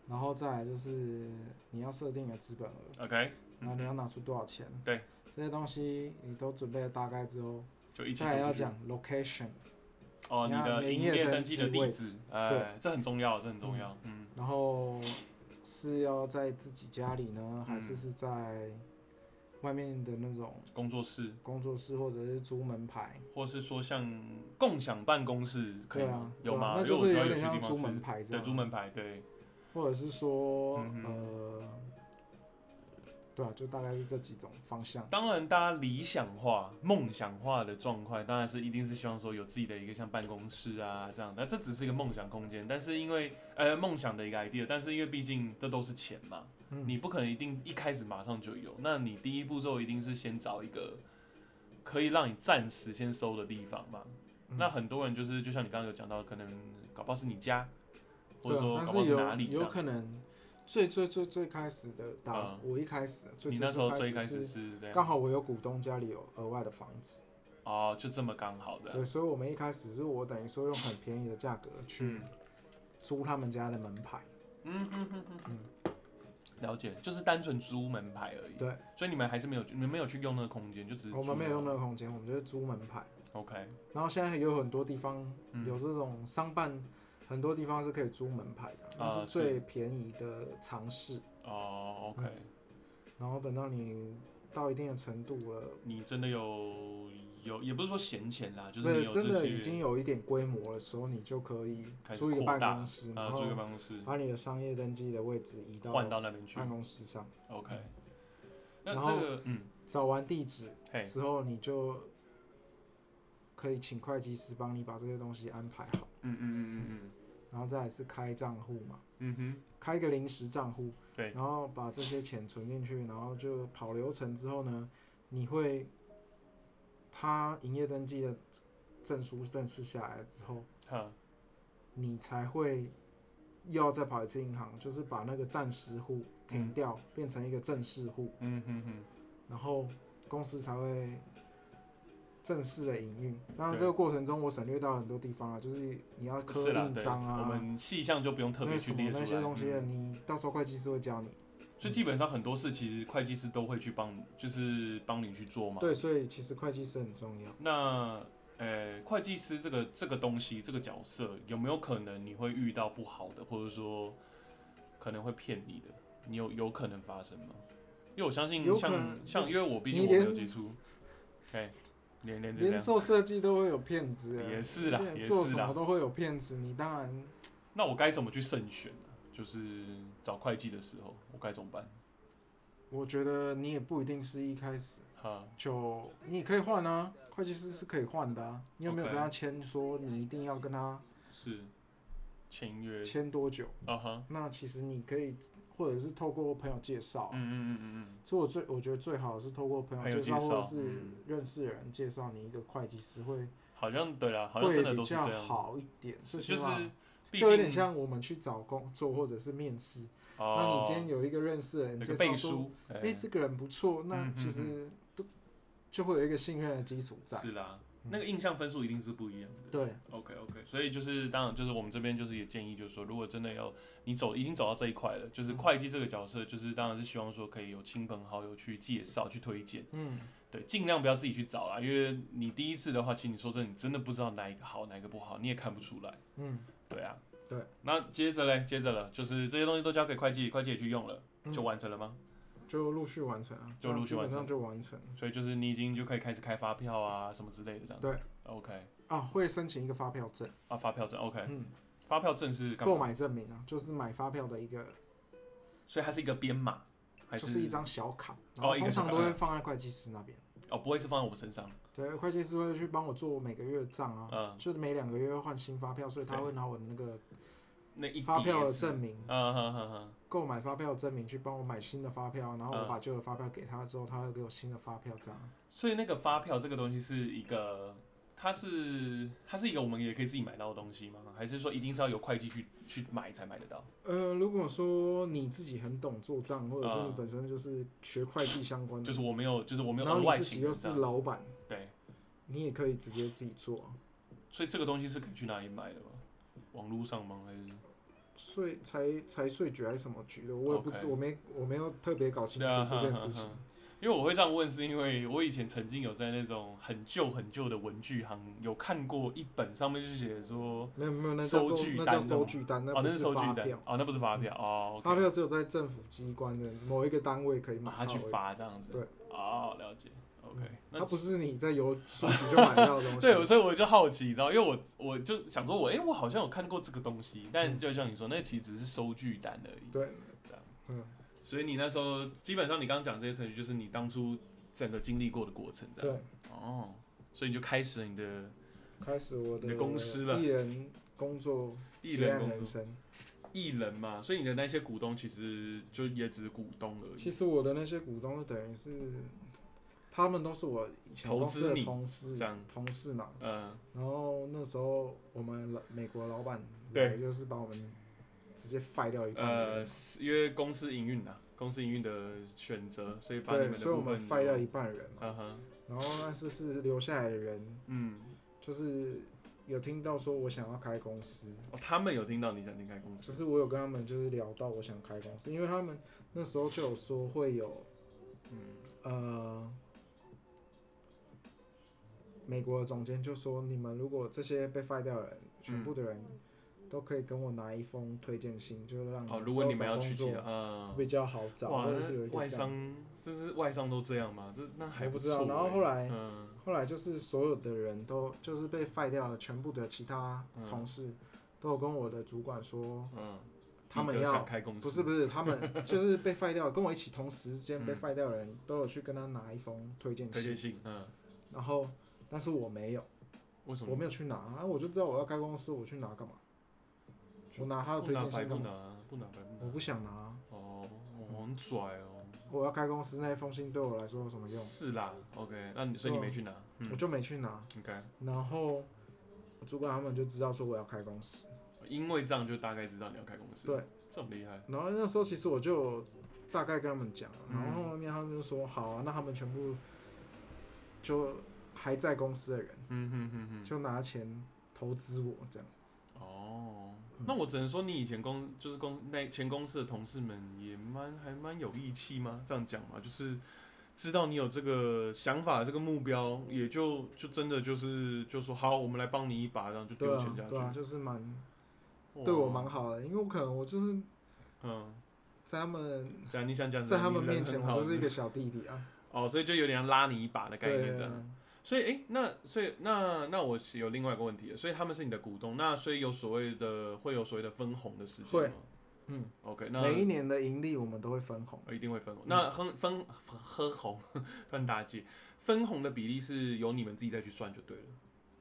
[SPEAKER 3] 然后再来就是你要设定的资本额，
[SPEAKER 1] OK，嗯
[SPEAKER 3] 然后你要拿出多少钱，
[SPEAKER 1] 对，
[SPEAKER 3] 这些东西你都准备了大概之后，
[SPEAKER 1] 就一起
[SPEAKER 3] 再来
[SPEAKER 1] 走
[SPEAKER 3] 要
[SPEAKER 1] 出去
[SPEAKER 3] 讲 location，
[SPEAKER 1] 哦，
[SPEAKER 3] 你
[SPEAKER 1] 你
[SPEAKER 3] 要
[SPEAKER 1] 的营
[SPEAKER 3] 营
[SPEAKER 1] 业
[SPEAKER 3] 业
[SPEAKER 1] 登
[SPEAKER 3] 登
[SPEAKER 1] 记
[SPEAKER 3] 记
[SPEAKER 1] 的地
[SPEAKER 3] 位
[SPEAKER 1] 址
[SPEAKER 3] 置，
[SPEAKER 1] 哎
[SPEAKER 3] 对，
[SPEAKER 1] 这很重要，这很重要，嗯，
[SPEAKER 3] 然后是要在自己家里呢，还是
[SPEAKER 1] 嗯
[SPEAKER 3] 是在外面的那种
[SPEAKER 1] 工作室，
[SPEAKER 3] 工作室或者是租门牌？
[SPEAKER 1] 或是说像共享办公室，可以
[SPEAKER 3] 对啊
[SPEAKER 1] 吗？
[SPEAKER 3] 对
[SPEAKER 1] 有
[SPEAKER 3] 啊
[SPEAKER 1] 吗？
[SPEAKER 3] 那
[SPEAKER 1] 因为
[SPEAKER 3] 就
[SPEAKER 1] 我
[SPEAKER 3] 是
[SPEAKER 1] 知道
[SPEAKER 3] 有
[SPEAKER 1] 有
[SPEAKER 3] 点
[SPEAKER 1] 些
[SPEAKER 3] 像
[SPEAKER 1] 地方
[SPEAKER 3] 租
[SPEAKER 1] 是
[SPEAKER 3] 门牌这
[SPEAKER 1] 对，
[SPEAKER 3] 样
[SPEAKER 1] 租
[SPEAKER 3] 啊
[SPEAKER 1] 门牌，对，
[SPEAKER 3] 或者是说、
[SPEAKER 1] 嗯
[SPEAKER 3] 呃，对啊，就大概是这几种方向。
[SPEAKER 1] 当然，大家理想化、梦想化的状况，当然是一定是希望说有自己的一个像办公室啊这样。那这只是一个梦想空间，但是因为呃梦想的一个 idea，但是因为毕竟这都是钱嘛，
[SPEAKER 3] 嗯
[SPEAKER 1] 你不可能一定一开始马上就有。那你第一步骤一定是先找一个可以让你暂时先收的地方嘛。
[SPEAKER 3] 嗯
[SPEAKER 1] 那很多人就是就像你刚刚有讲到，可能搞不好是你家，或
[SPEAKER 3] 对
[SPEAKER 1] 者说
[SPEAKER 3] 啊，但
[SPEAKER 1] 搞不好是哪
[SPEAKER 3] 有
[SPEAKER 1] 里这
[SPEAKER 3] 有
[SPEAKER 1] 样。
[SPEAKER 3] 可能最最最最开始的打，
[SPEAKER 1] 啊
[SPEAKER 3] 我一开始最
[SPEAKER 1] 你
[SPEAKER 3] 最
[SPEAKER 1] 那时候最
[SPEAKER 3] 最
[SPEAKER 1] 开
[SPEAKER 3] 开
[SPEAKER 1] 始
[SPEAKER 3] 始是
[SPEAKER 1] 是这样，
[SPEAKER 3] 刚好我有股东家里有额外的房子，
[SPEAKER 1] 哦，就这么刚好的，
[SPEAKER 3] 对，所以我们一开始是我等于说用很便宜的价格去
[SPEAKER 1] 嗯。
[SPEAKER 3] 租他们家的门牌，
[SPEAKER 1] 嗯嗯嗯嗯嗯，了解，就是单纯租门牌而已。
[SPEAKER 3] 对，
[SPEAKER 1] 所以你们还是没有，你们没有去用那个空间，就只是
[SPEAKER 3] 我们
[SPEAKER 1] 租
[SPEAKER 3] 没有用那
[SPEAKER 1] 而
[SPEAKER 3] 个空间，我们就是租门牌。
[SPEAKER 1] 已。OK，
[SPEAKER 3] 然后现在有很多地方
[SPEAKER 1] 嗯
[SPEAKER 3] 有这种商办，很多地方是可以租门牌的，
[SPEAKER 1] 啊
[SPEAKER 3] 那
[SPEAKER 1] 是
[SPEAKER 3] 是最便宜的尝试。
[SPEAKER 1] 哦，OK，
[SPEAKER 3] 然后等到你到一定的程度了，
[SPEAKER 1] 你真的有有，也不是说闲钱啦，就是你
[SPEAKER 3] 对，
[SPEAKER 1] 有
[SPEAKER 3] 真的
[SPEAKER 1] 这
[SPEAKER 3] 已经
[SPEAKER 1] 些
[SPEAKER 3] 有一点规模的时候，你就可以
[SPEAKER 1] 开始
[SPEAKER 3] 租一个
[SPEAKER 1] 扩
[SPEAKER 3] 办
[SPEAKER 1] 大
[SPEAKER 3] 公室，
[SPEAKER 1] 啊，
[SPEAKER 3] 然
[SPEAKER 1] 租
[SPEAKER 3] 后
[SPEAKER 1] 一个办公室
[SPEAKER 3] 把你的商业登记的位置移到
[SPEAKER 1] 换到那边去
[SPEAKER 3] 办。公室上。
[SPEAKER 1] OK，那
[SPEAKER 3] 然后
[SPEAKER 1] 这个嗯，
[SPEAKER 3] 找完地址
[SPEAKER 1] 嘿，
[SPEAKER 3] 之后，你就可以请会计师帮你把这些东西安排好，
[SPEAKER 1] 嗯嗯嗯嗯
[SPEAKER 3] 然后再来是开账户嘛。
[SPEAKER 1] 嗯嗯哼，
[SPEAKER 3] 开一个临时账户，
[SPEAKER 1] 对
[SPEAKER 3] 然后把这些钱存进去，然后就跑流程之后呢，你会，他营业登记的证书正式下来之后，
[SPEAKER 1] 好，
[SPEAKER 3] 你才会又要再跑一次银行，就是把那个暂时户停掉，变成一个正式户，
[SPEAKER 1] 嗯哼哼，
[SPEAKER 3] 然后公司才会正式的营运。当然，
[SPEAKER 1] 对
[SPEAKER 3] 这个过程中我省略到很多地方啊，就是你要刻
[SPEAKER 1] 是啦，
[SPEAKER 3] 印
[SPEAKER 1] 对，
[SPEAKER 3] 章
[SPEAKER 1] 我
[SPEAKER 3] 啊，
[SPEAKER 1] 们细项就不用特别
[SPEAKER 3] 那
[SPEAKER 1] 去
[SPEAKER 3] 什么
[SPEAKER 1] 列出来。
[SPEAKER 3] 那些东西
[SPEAKER 1] 嗯
[SPEAKER 3] 的，你到时候会计师会教你。
[SPEAKER 1] 所以基本上很多事其实会计师都会去帮，就是帮你去做嘛。
[SPEAKER 3] 对，所以其实会计师很重要。
[SPEAKER 1] 那呃，会计师这个这个东西这个角色有没有可能你会遇到不好的，或者说可能会骗你的？你有有可能发生吗？因为我相信
[SPEAKER 3] 有可
[SPEAKER 1] 像
[SPEAKER 3] 能
[SPEAKER 1] 像因为我毕
[SPEAKER 3] 你
[SPEAKER 1] 竟我没有
[SPEAKER 3] 连
[SPEAKER 1] 接触，哎，连连这
[SPEAKER 3] 连
[SPEAKER 1] 样
[SPEAKER 3] 做设计都会有骗子、欸，
[SPEAKER 1] 也是啦，
[SPEAKER 3] 对
[SPEAKER 1] 也
[SPEAKER 3] 做
[SPEAKER 1] 是
[SPEAKER 3] 什么
[SPEAKER 1] 啦。
[SPEAKER 3] 都会有骗子。你当然
[SPEAKER 1] 那我该怎么去慎选呢、就是找会计的时候，我该怎么办？
[SPEAKER 3] 我觉得你也不一定是一开始
[SPEAKER 1] 哈，
[SPEAKER 3] 就你也可以换啊，会计师是可以换的啊。你有没有
[SPEAKER 1] OK
[SPEAKER 3] 跟他签说你一定要跟他
[SPEAKER 1] 是签约，
[SPEAKER 3] 签多久？
[SPEAKER 1] 啊哈，
[SPEAKER 3] 那其实你可以，或者是透过朋友介绍啊。
[SPEAKER 1] 嗯嗯嗯嗯嗯，
[SPEAKER 3] 所以我最我觉得最好是透过朋
[SPEAKER 1] 朋友
[SPEAKER 3] 友介绍，
[SPEAKER 1] 介
[SPEAKER 3] 或者
[SPEAKER 1] 绍
[SPEAKER 3] 是
[SPEAKER 1] 嗯
[SPEAKER 3] 认识的人介绍你一个会计师会
[SPEAKER 1] 好像对啦，好像
[SPEAKER 3] 会
[SPEAKER 1] 真的
[SPEAKER 3] 比
[SPEAKER 1] 都是
[SPEAKER 3] 较
[SPEAKER 1] 这样，
[SPEAKER 3] 好一点，最起
[SPEAKER 1] 就是
[SPEAKER 3] 码
[SPEAKER 1] 毕
[SPEAKER 3] 就有点
[SPEAKER 1] 竟
[SPEAKER 3] 像我们去找工作或者是面试，那
[SPEAKER 1] 哦
[SPEAKER 3] 你今天有一个认识的人
[SPEAKER 1] 有
[SPEAKER 3] 介
[SPEAKER 1] 个
[SPEAKER 3] 绍
[SPEAKER 1] 背
[SPEAKER 3] 说，
[SPEAKER 1] 书，
[SPEAKER 3] 哎、
[SPEAKER 1] 哎
[SPEAKER 3] 这个人不错，那
[SPEAKER 1] 嗯
[SPEAKER 3] 其
[SPEAKER 1] 嗯
[SPEAKER 3] 实都就会有一个信任的基础在。
[SPEAKER 1] 是啦，那个印象分数一定是不一样的。
[SPEAKER 3] 嗯对，
[SPEAKER 1] OK OK，所以就是当然就是我们这边就是也建议就是说，如果真的要你走已经走到这一块了，就是
[SPEAKER 3] 嗯
[SPEAKER 1] 会计这个角色，就是当然是希望说可以有亲朋好友去介绍去推荐，
[SPEAKER 3] 嗯，
[SPEAKER 1] 对，尽量不要自己去找啦，因为你第一次的话，其实你说真的，你真的不知道哪一个好哪一个不好，你也看不出来。
[SPEAKER 3] 嗯，
[SPEAKER 1] 对啊，
[SPEAKER 3] 对。
[SPEAKER 1] 那接着嘞，接着了，就是这些东西都交给会计，会计也去用了，
[SPEAKER 3] 嗯
[SPEAKER 1] 就完成了吗？
[SPEAKER 3] 就陆续完成啊，
[SPEAKER 1] 就陆续完成
[SPEAKER 3] 基本上就完成
[SPEAKER 1] 所以就是你已经就可以开始开发票啊什么之类的这样子。
[SPEAKER 3] 对
[SPEAKER 1] ，OK，
[SPEAKER 3] 啊，会申请一个发票证，
[SPEAKER 1] 啊，发票证 OK，
[SPEAKER 3] 嗯，
[SPEAKER 1] 发票证是干嘛
[SPEAKER 3] 购买证明啊，就是买发票的一个，
[SPEAKER 1] 所以它是一个编码，还
[SPEAKER 3] 就是一张小卡，然
[SPEAKER 1] 哦
[SPEAKER 3] 后
[SPEAKER 1] 一个
[SPEAKER 3] 通常
[SPEAKER 1] 小卡
[SPEAKER 3] 都会放在会计师那边，
[SPEAKER 1] 哦，不会是放在我身上，
[SPEAKER 3] 对，会计师会去帮我做每个月的账啊，
[SPEAKER 1] 嗯，
[SPEAKER 3] 就是每两个月会换新发票，所以他
[SPEAKER 1] 对
[SPEAKER 3] 会拿我的那个
[SPEAKER 1] 那一
[SPEAKER 3] 发票
[SPEAKER 1] 叠
[SPEAKER 3] 的
[SPEAKER 1] 字，
[SPEAKER 3] 证明，
[SPEAKER 1] 嗯哼哼哼，
[SPEAKER 3] 购买发票的证明去帮我买新的发票，然后我
[SPEAKER 1] 嗯
[SPEAKER 3] 把旧的发票给他之后，他会给我新的发票这样。啊
[SPEAKER 1] 所以那个发票这个东西是一个，它是它是一个我们也可以自己买到的东西吗？还是说一定是要有会计去去买才买得到？
[SPEAKER 3] 呃，如果说你自己很懂做账，或者是
[SPEAKER 1] 嗯
[SPEAKER 3] 你本身就是学会计相关的，
[SPEAKER 1] 就是我没有，就是我没有
[SPEAKER 3] 然后
[SPEAKER 1] 额
[SPEAKER 3] 你
[SPEAKER 1] 外
[SPEAKER 3] 自己
[SPEAKER 1] 请
[SPEAKER 3] 又
[SPEAKER 1] 人
[SPEAKER 3] 是
[SPEAKER 1] 这样
[SPEAKER 3] 老板，
[SPEAKER 1] 对，
[SPEAKER 3] 你也可以直接自己做啊，
[SPEAKER 1] 所以这个东西是可以去哪里买的吗？网络上吗？还是
[SPEAKER 3] 税财财税局还是什么局的，我也不知
[SPEAKER 1] OK
[SPEAKER 3] 我没我没有特别搞清
[SPEAKER 1] 对啊
[SPEAKER 3] 楚这件事
[SPEAKER 1] 哼
[SPEAKER 3] 情
[SPEAKER 1] 哼。哼 因为我会这样问，是因为我以前曾经有在那种很旧很旧的文具行有看过一本，上面就写说，
[SPEAKER 3] 没有没有，那叫
[SPEAKER 1] 收
[SPEAKER 3] 收
[SPEAKER 1] 据
[SPEAKER 3] 那
[SPEAKER 1] 单
[SPEAKER 3] 叫
[SPEAKER 1] 那
[SPEAKER 3] 收
[SPEAKER 1] 种
[SPEAKER 3] 据单，
[SPEAKER 1] 哦，
[SPEAKER 3] 不
[SPEAKER 1] 那是收据
[SPEAKER 3] 发
[SPEAKER 1] 单
[SPEAKER 3] 票，，嗯
[SPEAKER 1] 哦，那不是发票，哦，OK，
[SPEAKER 3] 发票只有在政府机关的某一个单位可以买
[SPEAKER 1] 把它
[SPEAKER 3] 到
[SPEAKER 1] 啊去
[SPEAKER 3] 而已。
[SPEAKER 1] 发这样子。
[SPEAKER 3] 对，
[SPEAKER 1] 哦，了解。OK，那
[SPEAKER 3] 它不是你在 邮书局就买到的东西。
[SPEAKER 1] 对，所以我就好奇，你知道，因为我我就想说我，诶我好像有看过这个东西，但
[SPEAKER 3] 嗯
[SPEAKER 1] 就像你说，那其实只是收据单而已。
[SPEAKER 3] 对
[SPEAKER 1] 这样，
[SPEAKER 3] 嗯，
[SPEAKER 1] 所以你那时候基本上你刚刚讲这些程序，就是你当初整个经历过的过程，这样。
[SPEAKER 3] 对，
[SPEAKER 1] 哦，所以你就开始了你的
[SPEAKER 3] 开始我
[SPEAKER 1] 你
[SPEAKER 3] 的
[SPEAKER 1] 的公司了
[SPEAKER 3] 艺人工作，
[SPEAKER 1] 艺
[SPEAKER 3] 接
[SPEAKER 1] 人
[SPEAKER 3] 案
[SPEAKER 1] 工
[SPEAKER 3] 人
[SPEAKER 1] 作，
[SPEAKER 3] 生。
[SPEAKER 1] 艺人嘛，所以你的那些股东其实就也只是股东而
[SPEAKER 3] 其
[SPEAKER 1] 已。
[SPEAKER 3] 实我的那些股东等于是，他们都是我以前
[SPEAKER 1] 投
[SPEAKER 3] 公
[SPEAKER 1] 资
[SPEAKER 3] 司
[SPEAKER 1] 你
[SPEAKER 3] 的同事
[SPEAKER 1] 这样，
[SPEAKER 3] 同事嘛。
[SPEAKER 1] 嗯，
[SPEAKER 3] 然后那时候我们老美国老板
[SPEAKER 1] 对
[SPEAKER 3] 来就是把我们直接废掉一半
[SPEAKER 1] 呃
[SPEAKER 3] 人，，
[SPEAKER 1] 因为公司营运啊，公司营运的选择，所以把你
[SPEAKER 3] 对，
[SPEAKER 1] 们的
[SPEAKER 3] 所以我
[SPEAKER 1] 部
[SPEAKER 3] 们
[SPEAKER 1] 分，
[SPEAKER 3] 废掉一半人嘛。
[SPEAKER 1] 嗯哼，
[SPEAKER 3] 然后但是是留下来的人，
[SPEAKER 1] 嗯，
[SPEAKER 3] 就是有听到说我想要开公司，
[SPEAKER 1] 哦，他们有听到你想离开公
[SPEAKER 3] 就
[SPEAKER 1] 司，
[SPEAKER 3] 是我有跟他们就是聊到我想开公司，因为他们那时候就有说会有
[SPEAKER 1] 嗯，
[SPEAKER 3] 呃，美国的总监就说你们如果这些被 fire 掉的人，全部的人都可以跟我拿一封推荐信，就是让
[SPEAKER 1] 嗯哦，
[SPEAKER 3] 之
[SPEAKER 1] 如果
[SPEAKER 3] 后
[SPEAKER 1] 你们
[SPEAKER 3] 嗯找
[SPEAKER 1] 要
[SPEAKER 3] 工
[SPEAKER 1] 去其他，
[SPEAKER 3] 作
[SPEAKER 1] 嗯，
[SPEAKER 3] 比较好找，
[SPEAKER 1] 哇，
[SPEAKER 3] 或者是有一
[SPEAKER 1] 那
[SPEAKER 3] 个
[SPEAKER 1] 外
[SPEAKER 3] 这样。
[SPEAKER 1] 商，这是外商都这样吗？这那还
[SPEAKER 3] 我
[SPEAKER 1] 不
[SPEAKER 3] 不知道
[SPEAKER 1] 错
[SPEAKER 3] 然后
[SPEAKER 1] 欸
[SPEAKER 3] 后来
[SPEAKER 1] 嗯，
[SPEAKER 3] 后来就是所有的人都就是被 fire 掉的，全部的其他
[SPEAKER 1] 嗯
[SPEAKER 3] 同事都有跟我的主管说，
[SPEAKER 1] 嗯，
[SPEAKER 3] 他们
[SPEAKER 1] 彼得
[SPEAKER 3] 要
[SPEAKER 1] 想开公司，
[SPEAKER 3] 不是不是，他 们就是被 fire 掉，跟我一起同时间被
[SPEAKER 1] 嗯
[SPEAKER 3] fire 掉的人，都有去跟他拿一封推荐
[SPEAKER 1] 推荐
[SPEAKER 3] 信，
[SPEAKER 1] 信，嗯，
[SPEAKER 3] 然后但是我没有，
[SPEAKER 1] 为什么
[SPEAKER 3] 我没有去拿，啊，我就知道我要开公司，我去拿干嘛？我拿他的
[SPEAKER 1] 不
[SPEAKER 3] 推
[SPEAKER 1] 拿
[SPEAKER 3] 荐
[SPEAKER 1] 白
[SPEAKER 3] 信
[SPEAKER 1] 不
[SPEAKER 3] 干嘛？
[SPEAKER 1] 拿，不拿白不
[SPEAKER 3] 我
[SPEAKER 1] 拿，
[SPEAKER 3] 不想拿，
[SPEAKER 1] 哦，我很拽哦，
[SPEAKER 3] 我要开公司那一封信对我来说有什么用？啊
[SPEAKER 1] 是啦，OK，那你所以你没去拿，
[SPEAKER 3] 我
[SPEAKER 1] 嗯
[SPEAKER 3] 就没去拿，
[SPEAKER 1] ，OK，
[SPEAKER 3] 然后我主管他们就知道说我要开公司，
[SPEAKER 1] 因为这样就大概知道你要开公司，
[SPEAKER 3] 对，
[SPEAKER 1] 这么厉害，
[SPEAKER 3] 然后那时候其实我就有大概跟他们讲了，
[SPEAKER 1] 嗯
[SPEAKER 3] 然后后面他们就说好啊，那他们全部就还在公司的人。
[SPEAKER 1] 嗯哼哼哼，
[SPEAKER 3] 就拿钱投资我这样。
[SPEAKER 1] 哦
[SPEAKER 3] 嗯，
[SPEAKER 1] 那我只能说你以前公就是公那前公司的同事们也蛮还蛮有义气吗？这样讲嘛，就是知道你有这个想法、这个目标，也就就真的就是就说好，我们来帮你一把，然后就
[SPEAKER 3] 对
[SPEAKER 1] 丢钱
[SPEAKER 3] 啊
[SPEAKER 1] 下，去，
[SPEAKER 3] 对啊，就是蛮
[SPEAKER 1] 哇
[SPEAKER 3] 对我蛮好的，因为我可能我就是
[SPEAKER 1] 嗯，
[SPEAKER 3] 在他们
[SPEAKER 1] 这样你想讲什
[SPEAKER 3] 在
[SPEAKER 1] 么，
[SPEAKER 3] 他们
[SPEAKER 1] 你人
[SPEAKER 3] 面前，
[SPEAKER 1] 很好
[SPEAKER 3] 我就是一个小弟弟啊。
[SPEAKER 1] 哦，所以就有点像拉你一 把的概念这
[SPEAKER 3] 对，
[SPEAKER 1] 样。所以，诶，那所以那那我是有另外一个问题了，所以他们是你的股东，那所以有所谓的会有所谓的分红的时间
[SPEAKER 3] 会
[SPEAKER 1] 吗
[SPEAKER 3] 嗯，
[SPEAKER 1] ？OK，那
[SPEAKER 3] 每一年的盈利我们都会分红，
[SPEAKER 1] 呃一定会分红。那分分分红，突然打结，分红的比例是由你们自己再去算就对了。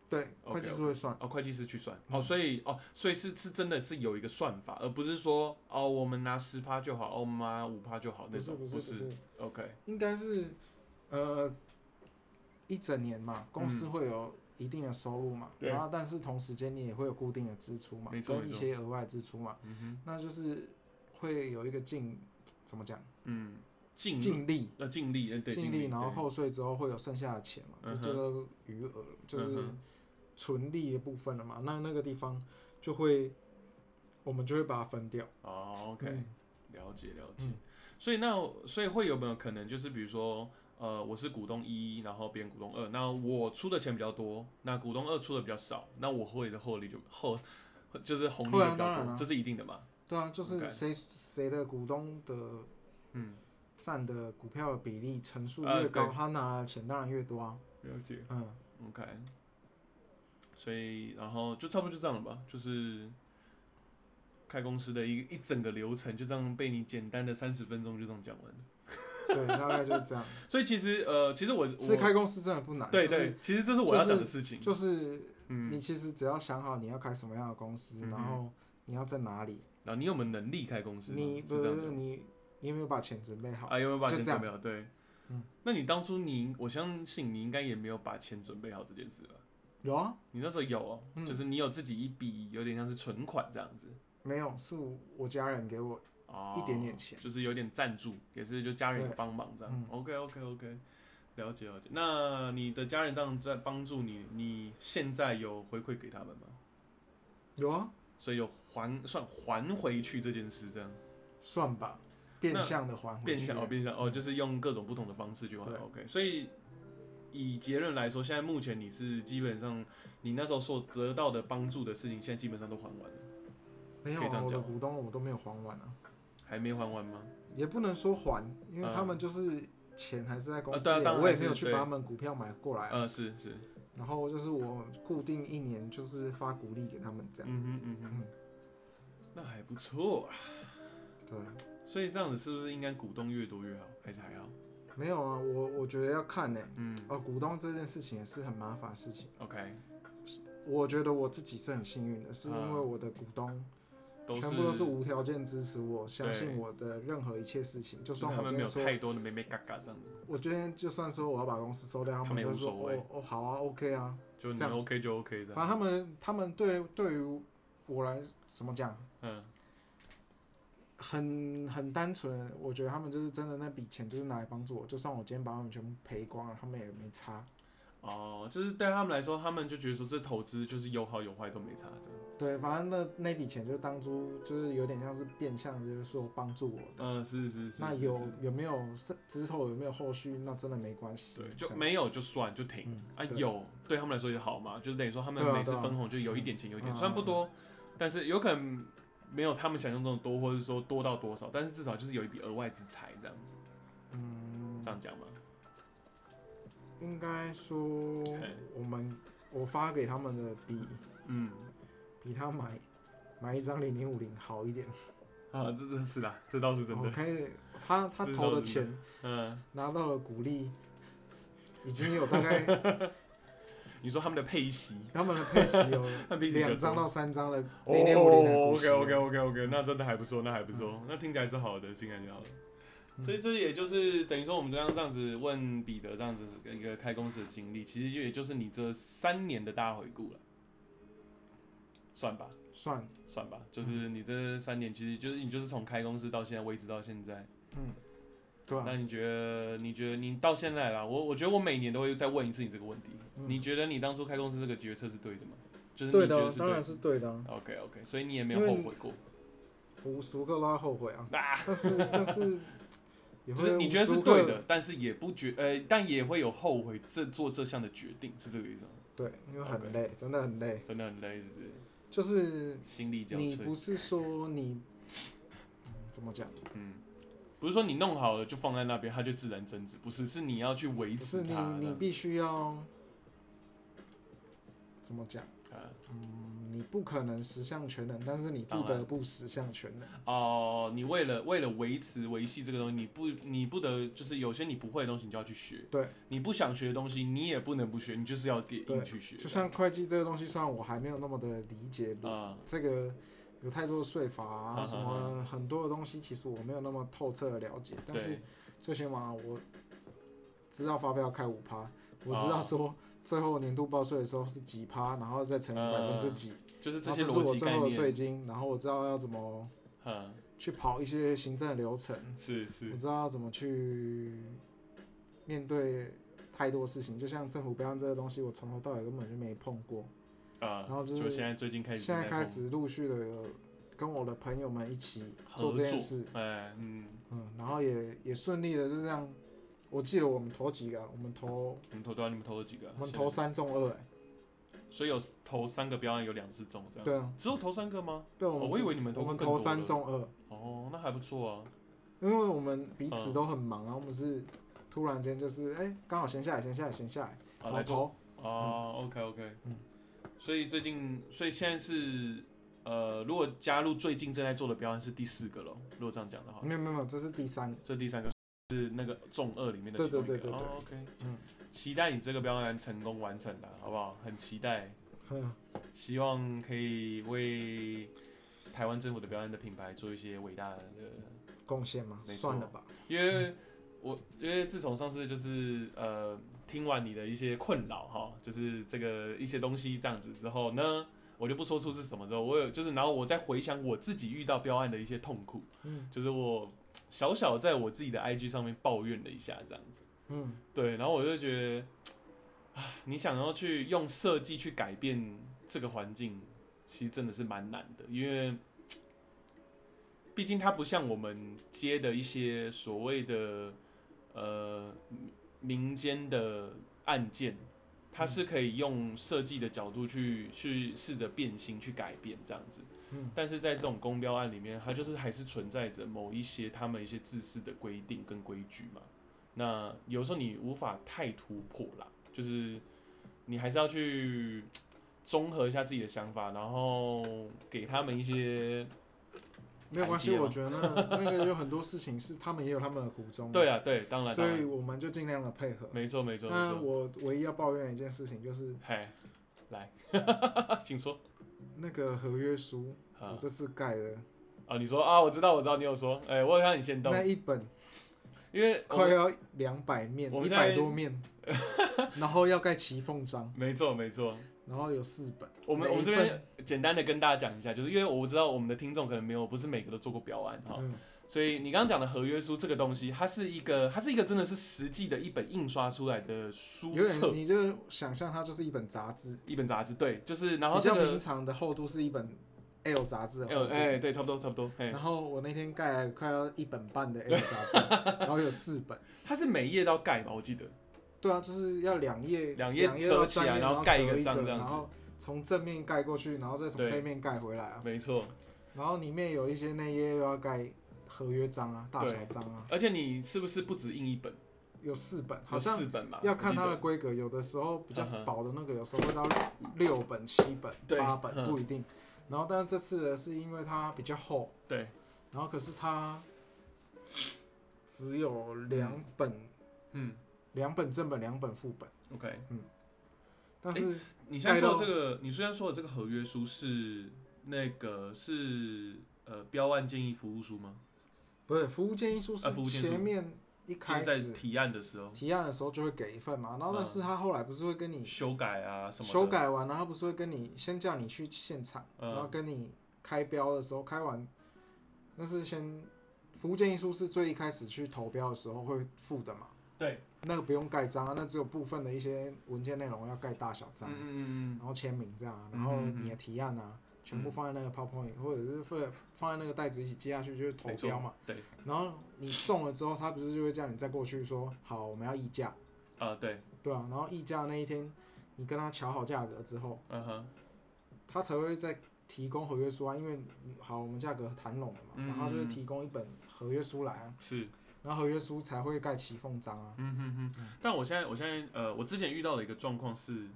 [SPEAKER 3] 对，
[SPEAKER 1] OK，
[SPEAKER 3] 会计师会算。
[SPEAKER 1] 哦，会计师去算。
[SPEAKER 3] 嗯
[SPEAKER 1] 哦，所以哦，所以是是真的是有一个算法，而不是说哦，我们拿十趴就好，哦，我们拿五趴就好那
[SPEAKER 3] 不是
[SPEAKER 1] 种。
[SPEAKER 3] 不是
[SPEAKER 1] 不
[SPEAKER 3] 不是，
[SPEAKER 1] OK，
[SPEAKER 3] 应该是呃一整年嘛，公司会有一定的收入嘛，
[SPEAKER 1] 嗯对
[SPEAKER 3] 然后但是同时间你也会有固定的支出嘛
[SPEAKER 1] 没，错
[SPEAKER 3] 跟
[SPEAKER 1] 没
[SPEAKER 3] 一
[SPEAKER 1] 错
[SPEAKER 3] 些额外支出嘛，
[SPEAKER 1] 嗯哼，
[SPEAKER 3] 那就是会有一个净怎么讲？
[SPEAKER 1] 嗯，净
[SPEAKER 3] 净利，
[SPEAKER 1] 呃净利，呃对
[SPEAKER 3] 净利，然后
[SPEAKER 1] 对
[SPEAKER 3] 后税之后会有剩下的钱嘛，
[SPEAKER 1] 嗯哼
[SPEAKER 3] 就叫做余额，就
[SPEAKER 1] 嗯
[SPEAKER 3] 是
[SPEAKER 1] 哼
[SPEAKER 3] 纯利的部分了嘛。那那个地方就会，我们就会把它分掉。
[SPEAKER 1] 哦，OK，、
[SPEAKER 3] 嗯
[SPEAKER 1] 了解了解。
[SPEAKER 3] 嗯
[SPEAKER 1] 所以那所以会有没有可能就是比如说，呃，我是股东一，然后别人股东二，那我出的钱比较多，那股东二出的比较少，那我会的获利就后就是红利
[SPEAKER 3] 会
[SPEAKER 1] 就
[SPEAKER 3] 啊
[SPEAKER 1] 比较
[SPEAKER 3] 当然
[SPEAKER 1] 多，
[SPEAKER 3] 啊
[SPEAKER 1] 这是一定的嘛？
[SPEAKER 3] 对啊，就
[SPEAKER 1] OK
[SPEAKER 3] 是谁谁的股东的
[SPEAKER 1] 嗯，
[SPEAKER 3] 占的股票的比例乘数
[SPEAKER 1] 呃
[SPEAKER 3] 越高，
[SPEAKER 1] 对
[SPEAKER 3] 他拿的钱当然越多啊。
[SPEAKER 1] 了解。
[SPEAKER 3] 嗯，
[SPEAKER 1] OK，所以然后就差不多就这样了吧，就是开公司的一一整个流程就这样被你简单的三十分钟就这样讲完了。
[SPEAKER 3] 对，大概就是这样。
[SPEAKER 1] 所以其实呃，其实我
[SPEAKER 3] 其实
[SPEAKER 1] 我
[SPEAKER 3] 开公司真的不难，
[SPEAKER 1] 对
[SPEAKER 3] 就是
[SPEAKER 1] 对，其实这是我要讲的事情。
[SPEAKER 3] 就是
[SPEAKER 1] 嗯，
[SPEAKER 3] 你其实只要想好你要开什么样的公司，
[SPEAKER 1] 嗯哼
[SPEAKER 3] 然后你要在哪里，
[SPEAKER 1] 然后你有没有能力开公司吗？
[SPEAKER 3] 你
[SPEAKER 1] 是
[SPEAKER 3] 不
[SPEAKER 1] 这
[SPEAKER 3] 是
[SPEAKER 1] 样
[SPEAKER 3] 不是
[SPEAKER 1] 讲
[SPEAKER 3] 你，你有没有把钱准备好？
[SPEAKER 1] 啊？有没有把
[SPEAKER 3] 就
[SPEAKER 1] 钱
[SPEAKER 3] 这
[SPEAKER 1] 准
[SPEAKER 3] 样
[SPEAKER 1] 备好？对，
[SPEAKER 3] 嗯
[SPEAKER 1] 那你当初你，我相信你应该也没有把钱准备好这件事吧？
[SPEAKER 3] 有啊，
[SPEAKER 1] 你那时候有哦，
[SPEAKER 3] 嗯
[SPEAKER 1] 就是你有自己一笔，有点像是存款这样子，
[SPEAKER 3] 没有，是我家人给我，
[SPEAKER 1] 哦，
[SPEAKER 3] 一点点钱
[SPEAKER 1] 就是有点赞助，也是就家人有
[SPEAKER 3] 对
[SPEAKER 1] 帮忙这样。
[SPEAKER 3] 嗯
[SPEAKER 1] OK OK OK，了解了解。那你的家人这样在帮助你，你现在有回馈给他们吗？
[SPEAKER 3] 有啊，
[SPEAKER 1] 所以有还算还回去这件事，这样
[SPEAKER 3] 算吧，变相的还回
[SPEAKER 1] 变
[SPEAKER 3] 去
[SPEAKER 1] 相
[SPEAKER 3] 了。
[SPEAKER 1] 哦变相哦，就是用各种不同的方式去还。
[SPEAKER 3] 对
[SPEAKER 1] OK，所以以结论来说，现在目前你是基本上你那时候所得到的帮助的事情，现在基本上都还完了，
[SPEAKER 3] 没有
[SPEAKER 1] 可以这
[SPEAKER 3] 啊，
[SPEAKER 1] 样
[SPEAKER 3] 我
[SPEAKER 1] 讲
[SPEAKER 3] 的
[SPEAKER 1] 吗
[SPEAKER 3] 股东我都没有还完啊，
[SPEAKER 1] 还没还完吗？
[SPEAKER 3] 也不能说还，因为
[SPEAKER 1] 嗯
[SPEAKER 3] 他们就是钱还是在公司
[SPEAKER 1] 啊对
[SPEAKER 3] 里，
[SPEAKER 1] 啊当然
[SPEAKER 3] 我也
[SPEAKER 1] 还是
[SPEAKER 3] 没有去
[SPEAKER 1] 对
[SPEAKER 3] 把他们股票买过来啊。
[SPEAKER 1] 呃，是是，
[SPEAKER 3] 然后就是我固定一年就是发股利给他们这样。
[SPEAKER 1] 嗯哼嗯哼
[SPEAKER 3] 嗯，
[SPEAKER 1] 那还不错啊。
[SPEAKER 3] 对，啊
[SPEAKER 1] 所以这样子是不是应该股东越多越好，还是还好？
[SPEAKER 3] 没有啊，我我觉得要看呢、
[SPEAKER 1] 嗯
[SPEAKER 3] 哦，股东这件事情也是很麻烦的事情。
[SPEAKER 1] ，OK，
[SPEAKER 3] 我觉得我自己是很幸运的，是因为
[SPEAKER 1] 嗯
[SPEAKER 3] 我的股东
[SPEAKER 1] 都是
[SPEAKER 3] 全部都是无条件支持我，相
[SPEAKER 1] 对
[SPEAKER 3] 信我的任何一切事情。就
[SPEAKER 1] 就是
[SPEAKER 3] 算
[SPEAKER 1] 他
[SPEAKER 3] 我
[SPEAKER 1] 们
[SPEAKER 3] 今
[SPEAKER 1] 没
[SPEAKER 3] 天
[SPEAKER 1] 有
[SPEAKER 3] 说，
[SPEAKER 1] 太多的妹妹嘎嘎这样子，
[SPEAKER 3] 我今天就算说我要把公司收掉，
[SPEAKER 1] 他们
[SPEAKER 3] 他们
[SPEAKER 1] 也
[SPEAKER 3] 都
[SPEAKER 1] 无
[SPEAKER 3] 说
[SPEAKER 1] 所谓啊
[SPEAKER 3] 哦哦好啊，OK 啊。
[SPEAKER 1] 就你
[SPEAKER 3] 这样
[SPEAKER 1] OK 就 OK 这样。
[SPEAKER 3] 反正他们他们对对于我来怎么讲，
[SPEAKER 1] 嗯，
[SPEAKER 3] 很很单纯。我觉得他们就是真的那笔钱就是拿来帮助我，就算我今天把他们全部赔光了，他们也没差。
[SPEAKER 1] 哦，就是对他们来说，他们就觉得说这投资就是有好有坏都没差这样。
[SPEAKER 3] 对，反正那那笔钱就当初就是有点像是变相，就是说帮助我的。
[SPEAKER 1] 嗯，是是是，
[SPEAKER 3] 那
[SPEAKER 1] 是
[SPEAKER 3] 有
[SPEAKER 1] 是
[SPEAKER 3] 有没有是之后有没有后续？那真的没关系。
[SPEAKER 1] 对，
[SPEAKER 3] 这
[SPEAKER 1] 就
[SPEAKER 3] 样
[SPEAKER 1] 没有就算就停
[SPEAKER 3] 嗯
[SPEAKER 1] 啊，
[SPEAKER 3] 对
[SPEAKER 1] 有对他们来说也好嘛，就是等于说他们
[SPEAKER 3] 对啊
[SPEAKER 1] 每次
[SPEAKER 3] 对啊
[SPEAKER 1] 分红就有一点钱有一点，
[SPEAKER 3] 嗯
[SPEAKER 1] 虽然不多，但是有可能没有他们想象中的多，或者说多到多少，但是至少就是有一笔额外之财这样子，
[SPEAKER 3] 嗯
[SPEAKER 1] 这，样讲嘛。
[SPEAKER 3] 应该说
[SPEAKER 1] 嘿
[SPEAKER 3] 我们我发给他们的比
[SPEAKER 1] 嗯，
[SPEAKER 3] 比他买买一张零零五零好一点。
[SPEAKER 1] 啊，这这是啦，这倒是 真
[SPEAKER 3] 我
[SPEAKER 1] 的。
[SPEAKER 3] 可以，他他
[SPEAKER 1] 这
[SPEAKER 3] 投
[SPEAKER 1] 倒
[SPEAKER 3] 的
[SPEAKER 1] 是真
[SPEAKER 3] 钱
[SPEAKER 1] 嗯，
[SPEAKER 3] 拿到了鼓励，已经有 大概
[SPEAKER 1] 你说他们的配息，
[SPEAKER 3] 他们的配息有
[SPEAKER 1] 他们配息比较
[SPEAKER 3] 两张
[SPEAKER 1] 多
[SPEAKER 3] 到三张的
[SPEAKER 1] 哦
[SPEAKER 3] 零零五零的股息
[SPEAKER 1] OK OK OK OK，那真的还不错，那还不错，那听起来是好的，听起来就好了。
[SPEAKER 3] 嗯
[SPEAKER 1] 所以这也就是等于说，我们这样这样子问彼得这样子一个开公司的经历，其实就也就是你这三年的大回顾了，算吧，
[SPEAKER 3] 算
[SPEAKER 1] 算吧，就是你这三年，其实就是你就是从开公司到现在维持到现在。
[SPEAKER 3] 嗯，对吧、
[SPEAKER 1] 那你觉得？你觉得你到现在啦，我我觉得我每年都会再问一次你这个问题。
[SPEAKER 3] 嗯
[SPEAKER 1] 你觉得你当初开公司这个决策是对的吗？就是
[SPEAKER 3] 对
[SPEAKER 1] 你觉
[SPEAKER 3] 的
[SPEAKER 1] 得
[SPEAKER 3] 啊，
[SPEAKER 1] 是
[SPEAKER 3] 当
[SPEAKER 1] 对
[SPEAKER 3] 然是对的啊、
[SPEAKER 1] OK OK，所以你也没有
[SPEAKER 3] 因
[SPEAKER 1] 后
[SPEAKER 3] 为
[SPEAKER 1] 悔过。
[SPEAKER 3] 我无时无刻都在后悔啊。
[SPEAKER 1] 啊
[SPEAKER 3] 但是但是也
[SPEAKER 1] 就
[SPEAKER 3] 会
[SPEAKER 1] 是你
[SPEAKER 3] 无
[SPEAKER 1] 觉得
[SPEAKER 3] 时
[SPEAKER 1] 是
[SPEAKER 3] 无刻
[SPEAKER 1] 对的，，但是也不觉呃，但也会有后悔这做这项的决定，是这个意思吗？
[SPEAKER 3] 对，因为
[SPEAKER 1] OK
[SPEAKER 3] 很累，真的很累。
[SPEAKER 1] 真的很累，是不是？
[SPEAKER 3] 就是
[SPEAKER 1] 心力交
[SPEAKER 3] 你不
[SPEAKER 1] 瘁。
[SPEAKER 3] 是说你、嗯怎么讲，
[SPEAKER 1] 嗯，不是说你弄好了就放在那边，它就自然增值，不是，是你要去维
[SPEAKER 3] 不是
[SPEAKER 1] 持
[SPEAKER 3] 你
[SPEAKER 1] 它。
[SPEAKER 3] 你必须要怎么讲？
[SPEAKER 1] 啊
[SPEAKER 3] 嗯，你不可能十项全能，但是你不
[SPEAKER 1] 当然
[SPEAKER 3] 得不十项全能。
[SPEAKER 1] 哦，你为了为了维持维系这个东西，你不你不得就是有些你不会的东西，你就要去学。
[SPEAKER 3] 对，
[SPEAKER 1] 你不想学的东西，你也不能不学，你就是要给硬
[SPEAKER 3] 对
[SPEAKER 1] 去学。
[SPEAKER 3] 就像会计这个东西，虽然我还没有那么的理解，
[SPEAKER 1] 啊，
[SPEAKER 3] 这个有太多的税法
[SPEAKER 1] 啊
[SPEAKER 3] 啊，什
[SPEAKER 1] 啊
[SPEAKER 3] 么很多的东西，其实我没有那么透彻的了解。但是
[SPEAKER 1] 对，
[SPEAKER 3] 最起码我知道发票开五趴，我知
[SPEAKER 1] 哦
[SPEAKER 3] 道说最后年度报税的时候是几趴，然后再乘以百分之几，
[SPEAKER 1] 就是这
[SPEAKER 3] 然后
[SPEAKER 1] 些
[SPEAKER 3] 这是
[SPEAKER 1] 逻
[SPEAKER 3] 我
[SPEAKER 1] 辑
[SPEAKER 3] 最
[SPEAKER 1] 概
[SPEAKER 3] 后的税
[SPEAKER 1] 念。
[SPEAKER 3] 金，然后我知道要怎么
[SPEAKER 1] 嗯，
[SPEAKER 3] 去跑一些行政流程，
[SPEAKER 1] 是
[SPEAKER 3] 我
[SPEAKER 1] 是，
[SPEAKER 3] 知道怎么去面对太多事情。就像政府标案这个东西，我从头到尾根本就没碰过。
[SPEAKER 1] 啊，
[SPEAKER 3] 然后就是
[SPEAKER 1] 现在最近开始，
[SPEAKER 3] 现在开，始陆续的跟我的朋友们一起做这件事，
[SPEAKER 1] 哎，嗯，
[SPEAKER 3] 嗯，然后也也顺利的就这样。我记得我们投几个啊，我们投
[SPEAKER 1] 你们投对啊，你们投了几个啊？
[SPEAKER 3] 我们
[SPEAKER 1] 现在
[SPEAKER 3] 投，三中二、欸，
[SPEAKER 1] 所以有投三个标案，有两次中，这样，
[SPEAKER 3] 对啊，
[SPEAKER 1] 只有投三个吗？
[SPEAKER 3] 对，我
[SPEAKER 1] 哦
[SPEAKER 3] 们、
[SPEAKER 1] 我以为你们投
[SPEAKER 3] 我们
[SPEAKER 1] 更多
[SPEAKER 3] 投三
[SPEAKER 1] 的
[SPEAKER 3] 中二，
[SPEAKER 1] 哦，那还不错啊，
[SPEAKER 3] 因为我们彼此
[SPEAKER 1] 嗯
[SPEAKER 3] 都很忙，然后我们是突然间就是哎，刚、好闲下来，闲下来，闲下来，
[SPEAKER 1] 啊，
[SPEAKER 3] 我
[SPEAKER 1] 来做
[SPEAKER 3] 投，
[SPEAKER 1] 啊，OK OK，
[SPEAKER 3] 嗯
[SPEAKER 1] 所以最近，所以现在是呃，如果加入最近正在做的标案是第四个咯，如果这样讲的话，
[SPEAKER 3] 没有没有没有，这是第三
[SPEAKER 1] 这第三个是那个重二里面的
[SPEAKER 3] 对
[SPEAKER 1] 其中一个。
[SPEAKER 3] 对对对对
[SPEAKER 1] 哦，OK，
[SPEAKER 3] 嗯
[SPEAKER 1] 期待你这个标案成功完成的，好不好？很期待，
[SPEAKER 3] 嗯
[SPEAKER 1] 希望可以为台湾政府的标案的品牌做一些伟大的，
[SPEAKER 3] 贡献吗？
[SPEAKER 1] 没错
[SPEAKER 3] 算了吧，
[SPEAKER 1] 因为。我因为自从上次就是呃听完你的一些困扰哈，就是这个一些东西这样子之后呢，我就不说出是什么之后，我有就是然后我再回想我自己遇到标案的一些痛苦，
[SPEAKER 3] 嗯
[SPEAKER 1] 就是我小小在我自己的 IG 上面抱怨了一下这样子。
[SPEAKER 3] 嗯，
[SPEAKER 1] 对，然后我就觉得，唉你想要去用设计去改变这个环境，其实真的是蛮难的，因为毕竟它不像我们接的一些所谓的呃民间的案件，它是可以用设计的角度去去试着变形去改变这样子。
[SPEAKER 3] 嗯
[SPEAKER 1] 但是在这种公标案里面，它就是还是存在着某一些他们一些自私的规定跟规矩嘛。那有时候你无法太突破啦，就是你还是要去综合一下自己的想法，然后给他们一些
[SPEAKER 3] 没有关系，
[SPEAKER 1] 台阶吗
[SPEAKER 3] 我觉得 那那个有很多事情是他们也有他们的苦衷，
[SPEAKER 1] 对啊，对，当然，当
[SPEAKER 3] 嗯所以
[SPEAKER 1] 然，
[SPEAKER 3] 我们就尽量的配合。
[SPEAKER 1] 没错，没错，没
[SPEAKER 3] 但
[SPEAKER 1] 错。
[SPEAKER 3] 我唯一要抱怨的一件事情就是
[SPEAKER 1] 嗨，来， 请说。
[SPEAKER 3] 那个合约书，我
[SPEAKER 1] 啊
[SPEAKER 3] 这次盖的
[SPEAKER 1] 啊，你说啊，我知道，我知道，你有说，哎、我有看你先动，
[SPEAKER 3] 那一本
[SPEAKER 1] 因为我
[SPEAKER 3] 快要两百面，
[SPEAKER 1] 我
[SPEAKER 3] 一
[SPEAKER 1] 们现在
[SPEAKER 3] 百 多面，然后要盖齐凤章，
[SPEAKER 1] 没错，没错。
[SPEAKER 3] 然后有四本。
[SPEAKER 1] 我们我们这
[SPEAKER 3] 每一
[SPEAKER 1] 边
[SPEAKER 3] 份
[SPEAKER 1] 简单的跟大家讲一下，就是因为我知道我们的听众可能没有，不是每个都做过表案哈，
[SPEAKER 3] 嗯
[SPEAKER 1] 所以你刚刚讲的合约书这个东西，它是一个，它是一个真的是实际的一本印刷出来的书
[SPEAKER 3] 有
[SPEAKER 1] 册
[SPEAKER 3] 点，，你就想象它就是一本杂志，
[SPEAKER 1] 一本杂志，对，就是然后
[SPEAKER 3] 比
[SPEAKER 1] 这
[SPEAKER 3] 较平
[SPEAKER 1] 个，
[SPEAKER 3] 常的厚度是一本 L 杂志的
[SPEAKER 1] 哎
[SPEAKER 3] 厚
[SPEAKER 1] 呦
[SPEAKER 3] 度。
[SPEAKER 1] 哎，对，差不多差不多，哎
[SPEAKER 3] 然，后我那天盖了快要一本半的 L 杂志， 然后有四本。
[SPEAKER 1] 它是每页都要盖吧，我记得，
[SPEAKER 3] 对啊，就是要两页
[SPEAKER 1] 两页
[SPEAKER 3] 页
[SPEAKER 1] 折
[SPEAKER 3] 到
[SPEAKER 1] 起来
[SPEAKER 3] 三页，
[SPEAKER 1] 然后
[SPEAKER 3] 后
[SPEAKER 1] 盖
[SPEAKER 3] 折
[SPEAKER 1] 一个
[SPEAKER 3] 一
[SPEAKER 1] 章这样子
[SPEAKER 3] 然后从正面盖过去，然后再从
[SPEAKER 1] 对
[SPEAKER 3] 背面盖回来啊。
[SPEAKER 1] 没错，
[SPEAKER 3] 然后里面有一些内页又要盖合约章啊、大小章啊，
[SPEAKER 1] 而且你是不是不止印一本，
[SPEAKER 3] 有四本，好
[SPEAKER 1] 有
[SPEAKER 3] 像
[SPEAKER 1] 四啊本吧？
[SPEAKER 3] 要
[SPEAKER 1] 我
[SPEAKER 3] 看
[SPEAKER 1] 记
[SPEAKER 3] 它
[SPEAKER 1] 得
[SPEAKER 3] 的规格，有的时候比较
[SPEAKER 1] 嗯哼
[SPEAKER 3] 薄的那个，有时候会到六本、七本、
[SPEAKER 1] 对
[SPEAKER 3] 八本，
[SPEAKER 1] 嗯
[SPEAKER 3] 不一定。然后但是这次的是因为它比较厚，
[SPEAKER 1] 对，
[SPEAKER 3] 然后可是它只有两本，
[SPEAKER 1] 嗯
[SPEAKER 3] 两本正本，两本副本，
[SPEAKER 1] ，OK，
[SPEAKER 3] 但是。
[SPEAKER 1] 你现在说
[SPEAKER 3] 盖
[SPEAKER 1] 的
[SPEAKER 3] 到
[SPEAKER 1] 这个，你虽然说的这个合约书是那个是呃标案建议服务书吗？
[SPEAKER 3] 不是服务建议书
[SPEAKER 1] 啊
[SPEAKER 3] 是
[SPEAKER 1] 服务建议书
[SPEAKER 3] 前面
[SPEAKER 1] 就
[SPEAKER 3] 一
[SPEAKER 1] 是
[SPEAKER 3] 开
[SPEAKER 1] 在
[SPEAKER 3] 始
[SPEAKER 1] 提案的时候
[SPEAKER 3] 提案的时候就会给一份嘛，然后但是他后来不是会跟你
[SPEAKER 1] 修改啊什么的
[SPEAKER 3] 嗯修，改完，然后不是会跟你先叫你去现场，
[SPEAKER 1] 嗯
[SPEAKER 3] 然后跟你开标的时候开完，那是先服务建议书是最一开始去投标的时候会附的嘛，
[SPEAKER 1] 对，
[SPEAKER 3] 那个不用盖章啊，那只有部分的一些文件内容要盖大小章
[SPEAKER 1] 嗯，嗯嗯
[SPEAKER 3] 然后签名这样啊，
[SPEAKER 1] 嗯
[SPEAKER 3] 然后
[SPEAKER 1] 嗯嗯
[SPEAKER 3] 你的提案啊。全部放在那个 PowerPoint，、或者是放放在那个袋子一起接下去，就是
[SPEAKER 1] 嗯，
[SPEAKER 3] 哦投
[SPEAKER 1] 没错
[SPEAKER 3] 标嘛。，
[SPEAKER 1] 对，
[SPEAKER 3] 然后你中了之后，他不是就会叫你再过去说好，我们要议价，
[SPEAKER 1] 啊对，
[SPEAKER 3] 对啊，然后议价那一天，你跟他瞧好价格之后，
[SPEAKER 1] 嗯哼，
[SPEAKER 3] 他才会再提供合约书啊，因为你好，我们价格谈拢了嘛，
[SPEAKER 1] 嗯
[SPEAKER 3] 然后他就会提供一本合约书来啊，
[SPEAKER 1] 是，
[SPEAKER 3] 然后合约书才会盖齐缝章啊，
[SPEAKER 1] 嗯哼哼。但我现在我现在呃，我之前遇到的一个状况是，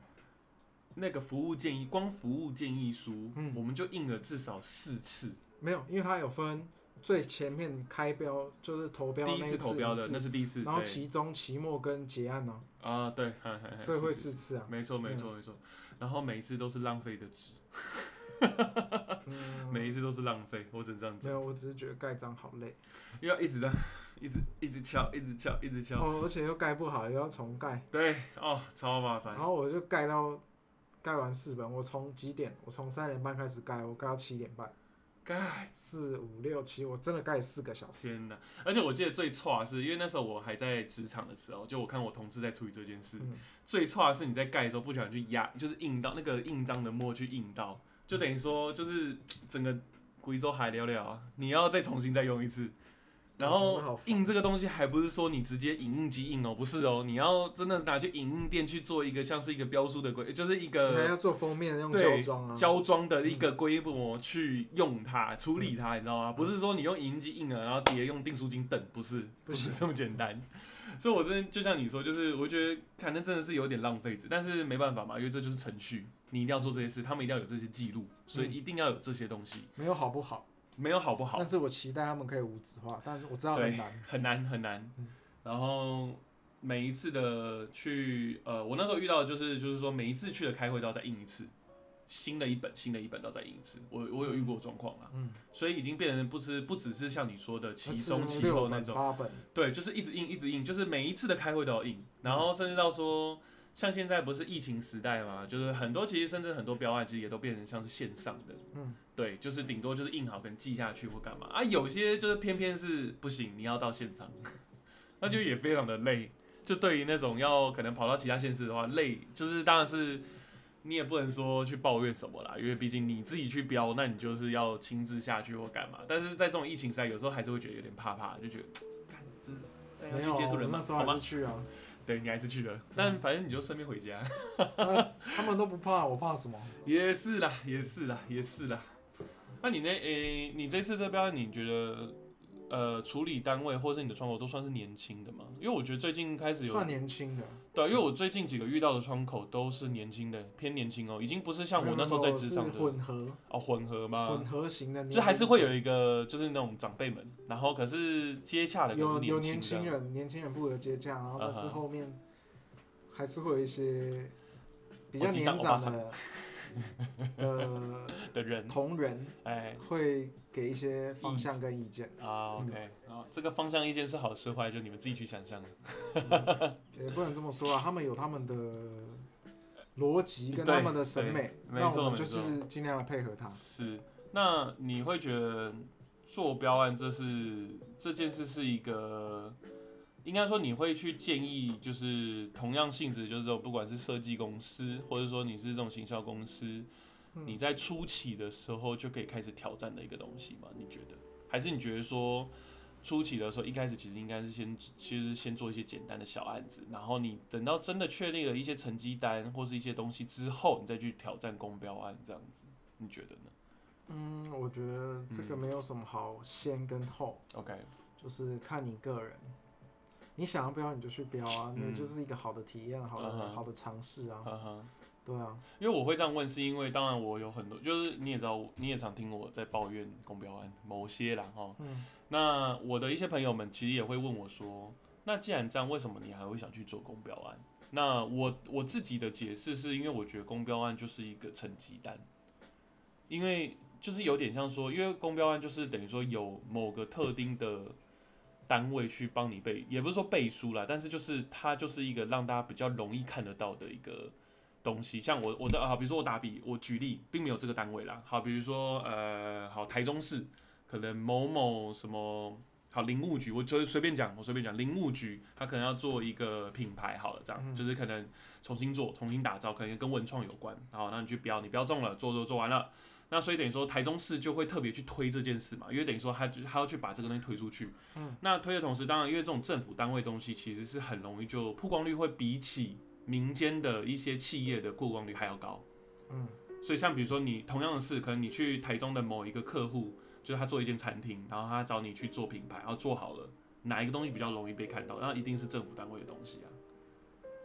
[SPEAKER 1] 那个服务建议，光服务建议书，
[SPEAKER 3] 嗯
[SPEAKER 1] 我们就印了至少四次，
[SPEAKER 3] 没有，因为他有分最前面开标就是投标
[SPEAKER 1] 第一
[SPEAKER 3] 那
[SPEAKER 1] 次投标的
[SPEAKER 3] 一
[SPEAKER 1] 那
[SPEAKER 3] 次嗯
[SPEAKER 1] 是第一次，
[SPEAKER 3] 然后
[SPEAKER 1] 对
[SPEAKER 3] 期中、期末跟结案呢、
[SPEAKER 1] 啊对，嘿嘿
[SPEAKER 3] 啊，
[SPEAKER 1] 嘿
[SPEAKER 3] 所以会
[SPEAKER 1] 是
[SPEAKER 3] 四次啊，
[SPEAKER 1] 没错没错没错，然后每一次都是浪费的纸，
[SPEAKER 3] 嗯，
[SPEAKER 1] 每一次都是浪费，我只能这样
[SPEAKER 3] 没
[SPEAKER 1] 讲，
[SPEAKER 3] 有，我只是觉得盖章好累。
[SPEAKER 1] 又要一直在 一直一直敲，一直敲，一直敲，
[SPEAKER 3] 哦，而且又盖不好，又要重盖，
[SPEAKER 1] 对哦，超麻烦
[SPEAKER 3] 然。后我就盖到盖完四本，我从几点？我从三点半开始盖，我盖到七点半，
[SPEAKER 1] 干
[SPEAKER 3] 四五六七，我真的盖四个小时。
[SPEAKER 1] 天哪！而且我记得最差的是，因为那时候我还在职场的时候，就我看我同事在处理这件事，
[SPEAKER 3] 嗯
[SPEAKER 1] 最差的是你在盖的时候不小心去压，就是印到那个印章的墨去印到，就等于说就是整个贵州海聊聊啊，你要再重新再用一次。然
[SPEAKER 3] 哦真的好
[SPEAKER 1] 后
[SPEAKER 3] 烦
[SPEAKER 1] 印这个东西还不是说你直接影印机印哦，不是哦，你要真的拿去影印店去做一个像是一个标书的规，就是一
[SPEAKER 3] 你还
[SPEAKER 1] 个
[SPEAKER 3] 要做封面用
[SPEAKER 1] 对
[SPEAKER 3] 胶装啊，
[SPEAKER 1] 胶装的一个规模去用它处理它，你知道吗？不是说你用影印机印了，然后叠用订书机等，不是，不是这么简单。所以，我真的就像你说，就是我觉得，看那真的是有点浪费纸，但是没办法嘛，因为这就是程序，你一定要做这些事，他们一定要有这些记录，所以一定要有这些东西，
[SPEAKER 3] 没有好不好？
[SPEAKER 1] 没有好不好
[SPEAKER 3] 但？是我期待他们可以无纸化，但是我知道很
[SPEAKER 1] 对
[SPEAKER 3] 难。
[SPEAKER 1] 很难很难
[SPEAKER 3] 嗯。
[SPEAKER 1] 然后每一次的去，呃，我那时候遇到的就是就是说每一次去的开会都要再印一次，新的一本新的一本都要再印一次。我我有遇过状况啦，
[SPEAKER 3] 嗯，
[SPEAKER 1] 所以已经变成不是不只是像你说的
[SPEAKER 3] 那
[SPEAKER 1] 期
[SPEAKER 3] 四
[SPEAKER 1] 中
[SPEAKER 3] 五
[SPEAKER 1] 期
[SPEAKER 3] 六
[SPEAKER 1] 后那
[SPEAKER 3] 本
[SPEAKER 1] 种，
[SPEAKER 3] 八本，
[SPEAKER 1] 对，就是一直印一直印，就是每一次的开会都要印，然后甚至到说。像现在不是疫情时代嘛，就是很多其实甚至很多标案其实也都变成像是线上的，
[SPEAKER 3] 嗯，
[SPEAKER 1] 对，就是顶多就是印好跟寄下去或干嘛啊，有些就是偏偏是不行，你要到现场， 那就也非常的累。就对于那种要可能跑到其他县市的话，累就是当然是你也不能说去抱怨什么啦，因为毕竟你自己去标，那你就是要亲自下去或干嘛。但是在这种疫情下，有时候还是会觉得有点怕怕，就觉得，干这这样
[SPEAKER 3] 没
[SPEAKER 1] 要
[SPEAKER 3] 有，
[SPEAKER 1] 去接触
[SPEAKER 3] 我
[SPEAKER 1] 人吗？
[SPEAKER 3] 那时候
[SPEAKER 1] 好
[SPEAKER 3] 还
[SPEAKER 1] 吗
[SPEAKER 3] 是？去啊，
[SPEAKER 1] 对你还是去了，但反正你就顺便回家。
[SPEAKER 3] 啊他们都不怕，我怕什么？
[SPEAKER 1] 也是啦，也是啦，也是啦。那你那诶、你这次这标案，你觉得呃处理单位或是你的窗口都算是年轻的吗？因为我觉得最近开始有
[SPEAKER 3] 算年轻的，
[SPEAKER 1] 对啊，因为我最近几个遇到的窗口都是年轻的，偏年轻哦，已经不是像我那时候在职场
[SPEAKER 3] 是
[SPEAKER 1] 的
[SPEAKER 3] 混合
[SPEAKER 1] 哦混合嘛
[SPEAKER 3] 混，合型的年龄
[SPEAKER 1] 就
[SPEAKER 3] 层，
[SPEAKER 1] 还是会有一个就是那种长辈们，然后可是接洽的可
[SPEAKER 3] 有
[SPEAKER 1] 是
[SPEAKER 3] 有
[SPEAKER 1] 年轻
[SPEAKER 3] 年轻
[SPEAKER 1] 的。
[SPEAKER 3] 人，年轻人不得接洽，然后但
[SPEAKER 1] 啊
[SPEAKER 3] 是
[SPEAKER 1] 哈
[SPEAKER 3] 后面还是会有一些比较
[SPEAKER 1] 我记
[SPEAKER 3] 年
[SPEAKER 1] 上欧巴
[SPEAKER 3] 长的 的
[SPEAKER 1] 的人，
[SPEAKER 3] 同仁
[SPEAKER 1] 哎
[SPEAKER 3] 会给一些方向跟意见，
[SPEAKER 1] 啊
[SPEAKER 3] 嗯
[SPEAKER 1] ，OK，啊，这个方向意见是好是坏，就你们自己去想象。
[SPEAKER 3] 也不能这么说啊，他们有他们的逻辑跟
[SPEAKER 1] 对
[SPEAKER 3] 他们的审美，
[SPEAKER 1] 对
[SPEAKER 3] 那
[SPEAKER 1] 没错
[SPEAKER 3] 我们就
[SPEAKER 1] 没错
[SPEAKER 3] 是尽量的配合他。
[SPEAKER 1] 是，那你会觉得做标案这是这件事是一个，应该说你会去建议，就是同样性质，就是说不管是设计公司，或者说你是这种行销公司，
[SPEAKER 3] 嗯
[SPEAKER 1] 你在初期的时候就可以开始挑战的一个东西吗？你觉得？还是你觉得说？初期的时候，一开始其实应该是先，其实先做一些简单的小案子，然后你等到真的确定了一些成绩单或是一些东西之后，你再去挑战公标案这样子，你觉得呢？
[SPEAKER 3] 嗯，我觉得这个
[SPEAKER 1] 嗯
[SPEAKER 3] 没有什么好先跟后，
[SPEAKER 1] OK，
[SPEAKER 3] 就是看你个人，你想要标你就去标啊，那
[SPEAKER 1] 嗯
[SPEAKER 3] 就是一个好的体验，好
[SPEAKER 1] 嗯
[SPEAKER 3] 的
[SPEAKER 1] 哼
[SPEAKER 3] 好的尝试啊，
[SPEAKER 1] 嗯哼，
[SPEAKER 3] 对啊，
[SPEAKER 1] 因为我会这样问，是因为当然我有很多，就是你也知道我，你也常听我在抱怨公标案某些啦哦。
[SPEAKER 3] 嗯，
[SPEAKER 1] 那我的一些朋友们其实也会问我说，那既然这样，为什么你还会想去做公标案？那我我自己的解释是因为我觉得公标案就是一个成绩单，因为就是有点像说，因为公标案就是等于说有某个特定的单位去帮你背，也不是说背书啦，但是就是它就是一个让大家比较容易看得到的一个东西。像我我在啊，比如说我打比，我举例，并没有这个单位啦。好，比如说呃，好台中市可能某某什么。好，林务局，我就是随便讲，我随便讲，林务局它可能要做一个品牌，好了，这样、
[SPEAKER 3] 嗯
[SPEAKER 1] 就是可能重新做、重新打造，可能跟文创有关。好，那你去标，你标中了，做做做完了，那所以等于说台中市就会特别去推这件事嘛，因为等于说他就他要去把这个东西推出去，那推的同时，当然因为这种政府单位东西其实是很容易就曝光率会比起民间的一些企业的曝光率还要高。
[SPEAKER 3] 嗯，
[SPEAKER 1] 所以像比如说你同样的事，可能你去台中的某一个客户，就是他做一间餐厅，然后他找你去做品牌，然后做好了，哪一个东西比较容易被看到？那一定是政府单位的东西啊。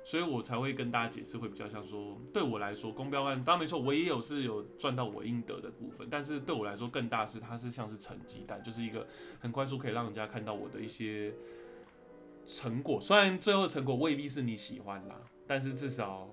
[SPEAKER 1] 所以我才会跟大家解释，会比较像说，对我来说，公标案当然没错，我也有是有赚到我应得的部分，但是对我来说更大是它是像是成绩单，就是一个很快速可以让人家看到我的一些成果。虽然最后的成果未必是你喜欢啦，但是至少，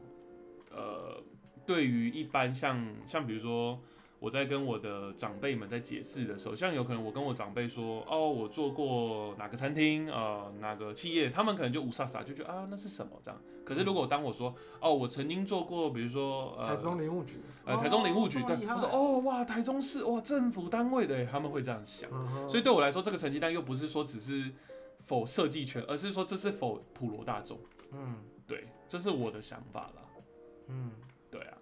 [SPEAKER 1] 呃，对于一般像像比如说，我在跟我的长辈们在解释的时候，像有可能我跟我长辈说，哦，我做过哪个餐厅，呃，哪个企业，他们可能就无傻傻就觉得啊，那是什么这样。可是如果当我说，哦，我曾经做过，比如说呃，
[SPEAKER 3] 台中林务局，
[SPEAKER 1] 呃，台中林务局，
[SPEAKER 3] 哦
[SPEAKER 1] 对，
[SPEAKER 3] 这么厉害
[SPEAKER 1] 我说哦，哇，台中市，哇，政府单位的耶，他们会这样想。
[SPEAKER 3] 嗯哼
[SPEAKER 1] 所以对我来说，这个成绩单又不是说只是否设计权，而是说这是否普罗大众。
[SPEAKER 3] 嗯
[SPEAKER 1] 对，这是我的想法啦。
[SPEAKER 3] 嗯，
[SPEAKER 1] 对啊，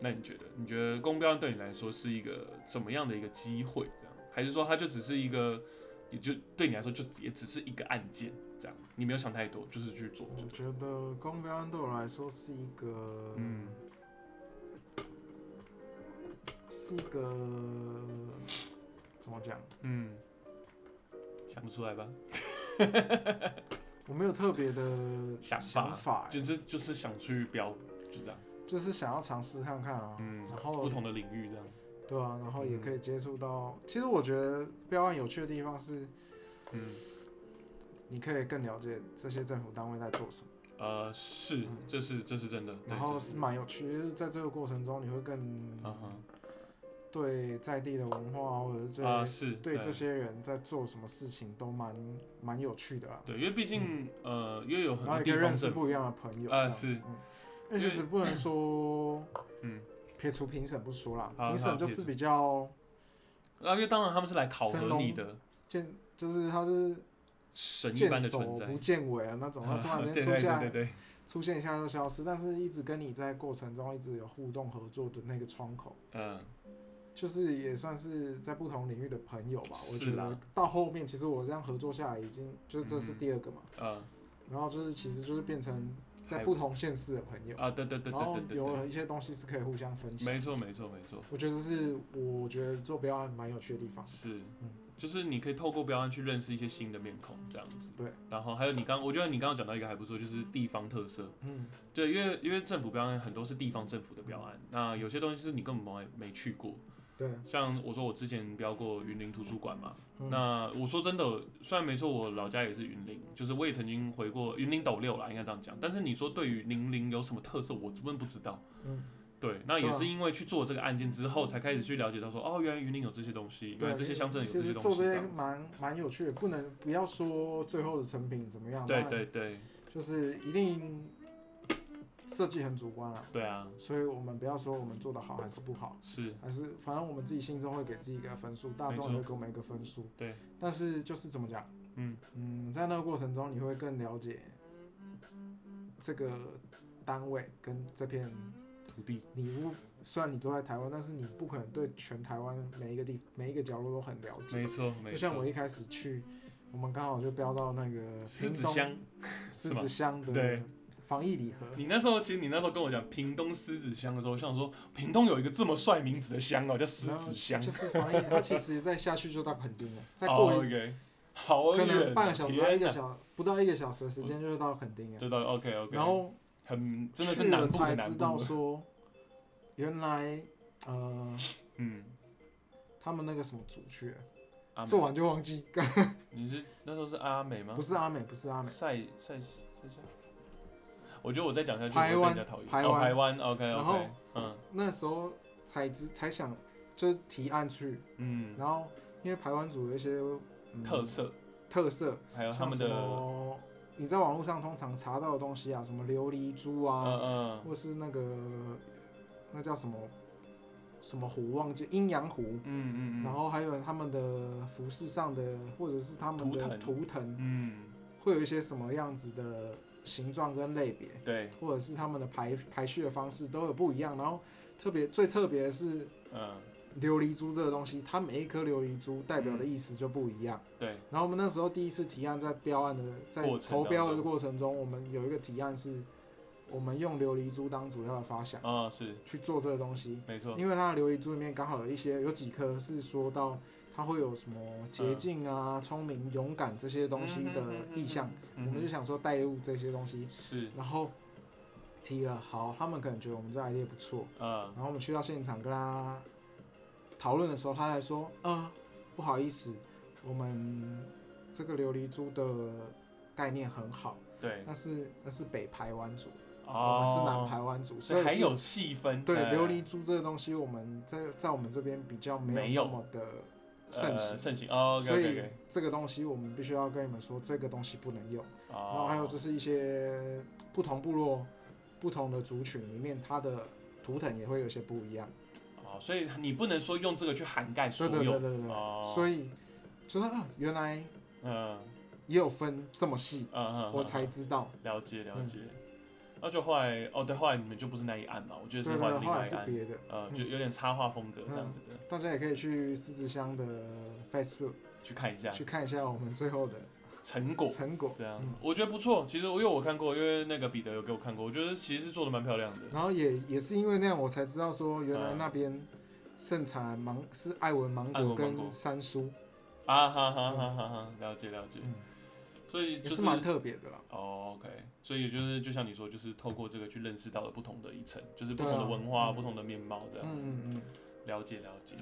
[SPEAKER 1] 那你觉得？你觉得公标对你来说是一个怎么样的一个机会？这样，还是说它就只是一个，也就对你来说就也只是一个案件？这样，你没有想太多，就是去做。就
[SPEAKER 3] 我觉得光标案对我来说是一个，
[SPEAKER 1] 嗯，
[SPEAKER 3] 是一个怎么讲？
[SPEAKER 1] 嗯，想不出来吧？
[SPEAKER 3] 我没有特别的
[SPEAKER 1] 想法
[SPEAKER 3] 想法欸，
[SPEAKER 1] 就是就是想去标，就这样。
[SPEAKER 3] 就是想要尝试看看啊。
[SPEAKER 1] 嗯，
[SPEAKER 3] 然后
[SPEAKER 1] 不同的领域这样。
[SPEAKER 3] 对啊，然后也
[SPEAKER 1] 嗯
[SPEAKER 3] 可以接触到。其实我觉得标案有趣的地方是，
[SPEAKER 1] 嗯，
[SPEAKER 3] 你可以更了解这些政府单位在做什么，
[SPEAKER 1] 呃，是，这是这是真的。对
[SPEAKER 3] 然后
[SPEAKER 1] 这
[SPEAKER 3] 是
[SPEAKER 1] 是
[SPEAKER 3] 蛮有趣的。就是在这个过程中，你会
[SPEAKER 1] 啊
[SPEAKER 3] 更
[SPEAKER 1] 哈，
[SPEAKER 3] 对在地的文化，或者是对、
[SPEAKER 1] 啊是
[SPEAKER 3] 对这些人在做什么事情都蛮蛮有趣的啊。
[SPEAKER 1] 对，因为毕竟呃，因为有很
[SPEAKER 3] 嗯然
[SPEAKER 1] 多
[SPEAKER 3] 后也可以
[SPEAKER 1] 地方
[SPEAKER 3] 认识
[SPEAKER 1] 政府
[SPEAKER 3] 不一样的朋友。
[SPEAKER 1] 啊
[SPEAKER 3] 这样
[SPEAKER 1] 是
[SPEAKER 3] 嗯，而且只不能说，
[SPEAKER 1] 嗯，
[SPEAKER 3] 撇除评审不说啦，
[SPEAKER 1] 好
[SPEAKER 3] 评
[SPEAKER 1] 好
[SPEAKER 3] 审就
[SPEAKER 1] 撇
[SPEAKER 3] 是
[SPEAKER 1] 除
[SPEAKER 3] 比较
[SPEAKER 1] 啊，因为当然他们是来考
[SPEAKER 3] 神
[SPEAKER 1] 核
[SPEAKER 3] 龙
[SPEAKER 1] 你的
[SPEAKER 3] 见，就是他是
[SPEAKER 1] 神一
[SPEAKER 3] 见
[SPEAKER 1] 般的
[SPEAKER 3] 首
[SPEAKER 1] 存在
[SPEAKER 3] 不。见尾的啊那种，他 突然间
[SPEAKER 1] 对
[SPEAKER 3] 出
[SPEAKER 1] 对
[SPEAKER 3] 现
[SPEAKER 1] 对对 对，
[SPEAKER 3] 出现一下就消失，但是一直跟你在过程中一直有互动合作的那个窗口，
[SPEAKER 1] 嗯，
[SPEAKER 3] 就是也算是在不同领域的朋友吧。我觉
[SPEAKER 1] 是啦
[SPEAKER 3] 得到后面，其实我这样合作下来，已经就是这是
[SPEAKER 1] 嗯
[SPEAKER 3] 第二个嘛，
[SPEAKER 1] 呃
[SPEAKER 3] 然后就是其实就是变成在
[SPEAKER 1] 还
[SPEAKER 3] 不同县市的朋友，
[SPEAKER 1] 啊，对对对
[SPEAKER 3] 然后
[SPEAKER 1] 对对对
[SPEAKER 3] 有一些东西是可以互相分
[SPEAKER 1] 对，
[SPEAKER 3] 享。
[SPEAKER 1] 没错没错没错，
[SPEAKER 3] 我觉得这是我觉得做标案蛮有趣的地方。
[SPEAKER 1] 是
[SPEAKER 3] 嗯，
[SPEAKER 1] 就是你可以透过标案去认识一些新的面孔，这样子。
[SPEAKER 3] 对，
[SPEAKER 1] 然后还有你刚，我觉得你刚刚讲到一个还不错，就是地方特色。
[SPEAKER 3] 嗯，
[SPEAKER 1] 对，因为因为政府标案很多是地方政府的标案，那有些东西是你根本没没去过，
[SPEAKER 3] 对，
[SPEAKER 1] 像我说我之前标过云林图书馆嘛，
[SPEAKER 3] 嗯
[SPEAKER 1] 那我说真的，虽然没错，我老家也是云林，就是我也曾经回过云林斗六啦，应该这样讲。但是你说对于零零有什么特色，我真不知道。
[SPEAKER 3] 嗯，
[SPEAKER 1] 对，那也
[SPEAKER 3] 对啊
[SPEAKER 1] 是因为去做这个案件之后，才开始去了解到说，哦，原来云林有这些东西，原
[SPEAKER 3] 对，啊
[SPEAKER 1] 来啊这些乡镇有
[SPEAKER 3] 其
[SPEAKER 1] 这
[SPEAKER 3] 实
[SPEAKER 1] 些东西，
[SPEAKER 3] 做
[SPEAKER 1] 这
[SPEAKER 3] 这些
[SPEAKER 1] 样子。
[SPEAKER 3] 蛮蛮有趣的，不能不要说最后的成品怎么样，
[SPEAKER 1] 对
[SPEAKER 3] 当然
[SPEAKER 1] 对对
[SPEAKER 3] 就是一定设计很主观啊，
[SPEAKER 1] 对啊，
[SPEAKER 3] 所以我们不要说我们做的好还是不好，
[SPEAKER 1] 是
[SPEAKER 3] 还是反正我们自己心中会给自己一个分数，大众
[SPEAKER 1] 没错
[SPEAKER 3] 也会给我们一个分数。
[SPEAKER 1] 对，
[SPEAKER 3] 但是就是怎么讲，
[SPEAKER 1] 嗯
[SPEAKER 3] 嗯，在那个过程中你会更了解这个单位跟这片
[SPEAKER 1] 土地，
[SPEAKER 3] 你不虽然你都在台湾，但是你不可能对全台湾每一个地每一个角落都很了
[SPEAKER 1] 没
[SPEAKER 3] 解。
[SPEAKER 1] 错没
[SPEAKER 3] 就像我
[SPEAKER 1] 错。
[SPEAKER 3] 一开始去，我们刚好就标到那个
[SPEAKER 1] 狮
[SPEAKER 3] 屏
[SPEAKER 1] 子
[SPEAKER 3] 东
[SPEAKER 1] 乡，
[SPEAKER 3] 狮
[SPEAKER 1] 是吗
[SPEAKER 3] 子乡
[SPEAKER 1] 对
[SPEAKER 3] 的防疫礼盒，
[SPEAKER 1] 你那时候其实你那时候跟我讲屏东狮子乡的时候，我想说屏东有一个这么帅名字的乡哦，叫狮子乡。
[SPEAKER 3] 就是防疫，它其实再下去就到垦丁了，再过
[SPEAKER 1] 哦
[SPEAKER 3] 一、
[SPEAKER 1] OK，好
[SPEAKER 3] 可
[SPEAKER 1] 远哦，
[SPEAKER 3] 能半个小时到
[SPEAKER 1] 天
[SPEAKER 3] 一个
[SPEAKER 1] 哪
[SPEAKER 3] 小不到一个小时的时间就到垦丁了。
[SPEAKER 1] 就到 OK OK，
[SPEAKER 3] 然后
[SPEAKER 1] 很真的是
[SPEAKER 3] 去
[SPEAKER 1] 南
[SPEAKER 3] 了
[SPEAKER 1] 部啊的
[SPEAKER 3] 才
[SPEAKER 1] 南
[SPEAKER 3] 知道
[SPEAKER 1] 部，
[SPEAKER 3] 说，原来呃
[SPEAKER 1] 嗯，
[SPEAKER 3] 他们那个什么主角
[SPEAKER 1] 阿
[SPEAKER 3] 做
[SPEAKER 1] 美，啊
[SPEAKER 3] 完就忘记，
[SPEAKER 1] 你是那时候是阿美吗？
[SPEAKER 3] 不是阿美，不是阿美，
[SPEAKER 1] 晒晒晒晒，我觉得我再讲下去
[SPEAKER 3] 台
[SPEAKER 1] 我会
[SPEAKER 3] 湾
[SPEAKER 1] 被人家讨厌。
[SPEAKER 3] 台
[SPEAKER 1] 哦
[SPEAKER 3] 湾
[SPEAKER 1] 台湾 OK
[SPEAKER 3] 然后
[SPEAKER 1] OK，嗯
[SPEAKER 3] 那时候才知才想就是提案去，
[SPEAKER 1] 嗯，
[SPEAKER 3] 然后因为排湾组有一些、嗯
[SPEAKER 1] 特色
[SPEAKER 3] 特色，
[SPEAKER 1] 还有他
[SPEAKER 3] 像
[SPEAKER 1] 们
[SPEAKER 3] 什
[SPEAKER 1] 的
[SPEAKER 3] 么你在网络上通常查到的东西啊，什么琉璃珠啊，
[SPEAKER 1] 嗯嗯
[SPEAKER 3] 或是那个那叫什么什么湖忘记阴阳湖，
[SPEAKER 1] 嗯嗯，
[SPEAKER 3] 然后还有他们的服饰上的或者是他们
[SPEAKER 1] 图
[SPEAKER 3] 的
[SPEAKER 1] 腾
[SPEAKER 3] 图腾，
[SPEAKER 1] 嗯
[SPEAKER 3] 会有一些什么样子的形状跟类别，
[SPEAKER 1] 对
[SPEAKER 3] 或者是他们的排排序的方式都有不一样。然后特别最特别的是
[SPEAKER 1] 嗯
[SPEAKER 3] 琉璃珠这个东西，它每一颗琉璃珠代表的意思就不一样。
[SPEAKER 1] 对
[SPEAKER 3] 然后我们那时候第一次提案，在标案的在
[SPEAKER 1] 过程
[SPEAKER 3] 投标
[SPEAKER 1] 当
[SPEAKER 3] 的
[SPEAKER 1] 中
[SPEAKER 3] 过程中，我们有一个提案是，我们用琉璃珠当主要的发想
[SPEAKER 1] 啊是
[SPEAKER 3] 去做这个东西，
[SPEAKER 1] 没错，
[SPEAKER 3] 因为它的琉璃珠里面刚好有一些有几颗是说到它会有什么
[SPEAKER 1] 嗯
[SPEAKER 3] 捷径啊、聪、明、勇敢这些东西的意象，
[SPEAKER 1] 嗯
[SPEAKER 3] 我们就想说带入这些东西，
[SPEAKER 1] 是
[SPEAKER 3] 然后提了好，他们可能觉得我们这 idea 不错，
[SPEAKER 1] 嗯
[SPEAKER 3] 然后我们去到现场跟他讨论的时候，他还说：“嗯，不好意思，我们这个琉璃珠的概念很好，
[SPEAKER 1] 对
[SPEAKER 3] 但是那是北排湾族，
[SPEAKER 1] 啊
[SPEAKER 3] 我
[SPEAKER 1] 哦，
[SPEAKER 3] 们是南台湾族，
[SPEAKER 1] 所
[SPEAKER 3] 所
[SPEAKER 1] 以
[SPEAKER 3] 以
[SPEAKER 1] 还
[SPEAKER 3] 是
[SPEAKER 1] 有细分，
[SPEAKER 3] 对
[SPEAKER 1] 哎
[SPEAKER 3] 琉璃珠这个东西，我们在在我们这边比较
[SPEAKER 1] 没
[SPEAKER 3] 没
[SPEAKER 1] 有
[SPEAKER 3] 有那么的盛
[SPEAKER 1] 呃
[SPEAKER 3] 行，
[SPEAKER 1] 盛行哦，
[SPEAKER 3] 所
[SPEAKER 1] OK，OK，OK，
[SPEAKER 3] 以这个东西我们必须要跟你们说，这个东西不能用。然
[SPEAKER 1] 哦，
[SPEAKER 3] 后还有就是一些不同部落、不同的族群里面，它的图腾也会有些不一样。
[SPEAKER 1] 哦，所以你不能说用这个去涵盖所
[SPEAKER 3] 对对对
[SPEAKER 1] 有，
[SPEAKER 3] 对对
[SPEAKER 1] 哦
[SPEAKER 3] 对，所以就是啊，原来
[SPEAKER 1] 嗯
[SPEAKER 3] 也有分这么细，
[SPEAKER 1] 嗯嗯，
[SPEAKER 3] 我嗯
[SPEAKER 1] 嗯
[SPEAKER 3] 才知道。
[SPEAKER 1] 了解了解。那就后来哦，对，后来你们就不是那一案嘛，我觉
[SPEAKER 3] 对
[SPEAKER 1] 得是
[SPEAKER 3] 对
[SPEAKER 1] 后来
[SPEAKER 3] 对，
[SPEAKER 1] 是另
[SPEAKER 3] 后来
[SPEAKER 1] 外一
[SPEAKER 3] 是
[SPEAKER 1] 案，
[SPEAKER 3] 别嗯的，
[SPEAKER 1] 呃，就有点插画风格这样子的，
[SPEAKER 3] 大家也可以去狮子乡的 Facebook
[SPEAKER 1] 去看一下
[SPEAKER 3] 去看一下我们最后的
[SPEAKER 1] 成果。
[SPEAKER 3] 成果。
[SPEAKER 1] 这样
[SPEAKER 3] 嗯，
[SPEAKER 1] 我觉得不错。其实我因为我看过，因为那个彼得有给我看过，我觉得其实是做的蛮漂亮的。
[SPEAKER 3] 然后也也是因为那样，我才知道说原来
[SPEAKER 1] 嗯
[SPEAKER 3] 那边盛产芒是艾文芒
[SPEAKER 1] 艾
[SPEAKER 3] 果
[SPEAKER 1] 文芒果
[SPEAKER 3] 跟山苏，
[SPEAKER 1] 啊哈哈哈哈哈，了解了解。
[SPEAKER 3] 嗯
[SPEAKER 1] 所以
[SPEAKER 3] 也
[SPEAKER 1] 就是
[SPEAKER 3] 是蛮特别的啦。
[SPEAKER 1] 哦，OK，所以就是就像你说，就是透过这个去认识到了不同的一层，就是不同
[SPEAKER 3] 对啊
[SPEAKER 1] 的文化、
[SPEAKER 3] 嗯
[SPEAKER 1] 不同的面貌这样
[SPEAKER 3] 嗯
[SPEAKER 1] 子。
[SPEAKER 3] 嗯嗯。
[SPEAKER 1] 了解了解。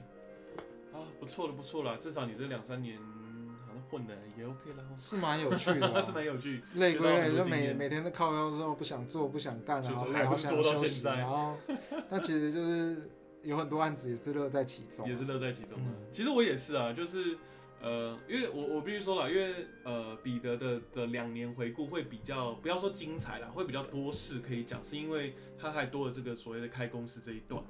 [SPEAKER 1] 啊，不错了不错了，至少你这两三年好像混的也 OK 了哦，
[SPEAKER 3] 嗯是蛮有趣的、 啊
[SPEAKER 1] 是蛮有趣。
[SPEAKER 3] 累归累，
[SPEAKER 1] 学到
[SPEAKER 3] 就
[SPEAKER 1] 很多经
[SPEAKER 3] 每
[SPEAKER 1] 验
[SPEAKER 3] 每天都靠腰之后不想做不想干，
[SPEAKER 1] 就
[SPEAKER 3] 然后
[SPEAKER 1] 是
[SPEAKER 3] 累
[SPEAKER 1] 还
[SPEAKER 3] 好
[SPEAKER 1] 会
[SPEAKER 3] 想
[SPEAKER 1] 做到
[SPEAKER 3] 休
[SPEAKER 1] 现
[SPEAKER 3] 息，
[SPEAKER 1] 在
[SPEAKER 3] 然后但其实就是有很多案子也是乐在其中啊
[SPEAKER 1] 也。是乐在其中的。
[SPEAKER 3] 嗯
[SPEAKER 1] 其实我也是啊，就是呃，因为我我必须说了，因为呃，彼得的的两年回顾会比较不要说精彩啦，会比较多事可以讲，是因为他还多了这个所谓的开公司这一段。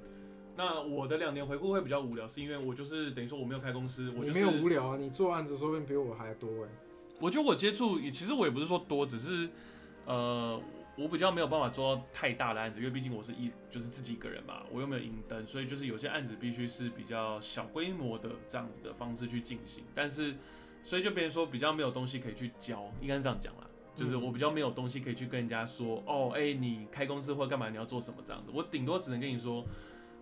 [SPEAKER 1] 那我的两年回顾会比较无聊，是因为我就是等于说我没有开公司，我
[SPEAKER 3] 你
[SPEAKER 1] 就
[SPEAKER 3] 没
[SPEAKER 1] 是
[SPEAKER 3] 有无聊啊，你做案子说不定比我还多 哎、
[SPEAKER 1] 我觉得我接触，其实我也不是说多，只是呃，我比较没有办法做到太大的案子，因为毕竟我是一就是自己一个人嘛，我又没有影灯，所以就是有些案子必须是比较小规模的这样子的方式去进行，但是所以就变成说比较没有东西可以去教，应该是这样讲啦。就是我比较没有东西可以去跟人家说，哦，哎、你开公司或干嘛，你要做什么这样子。我顶多只能跟你说，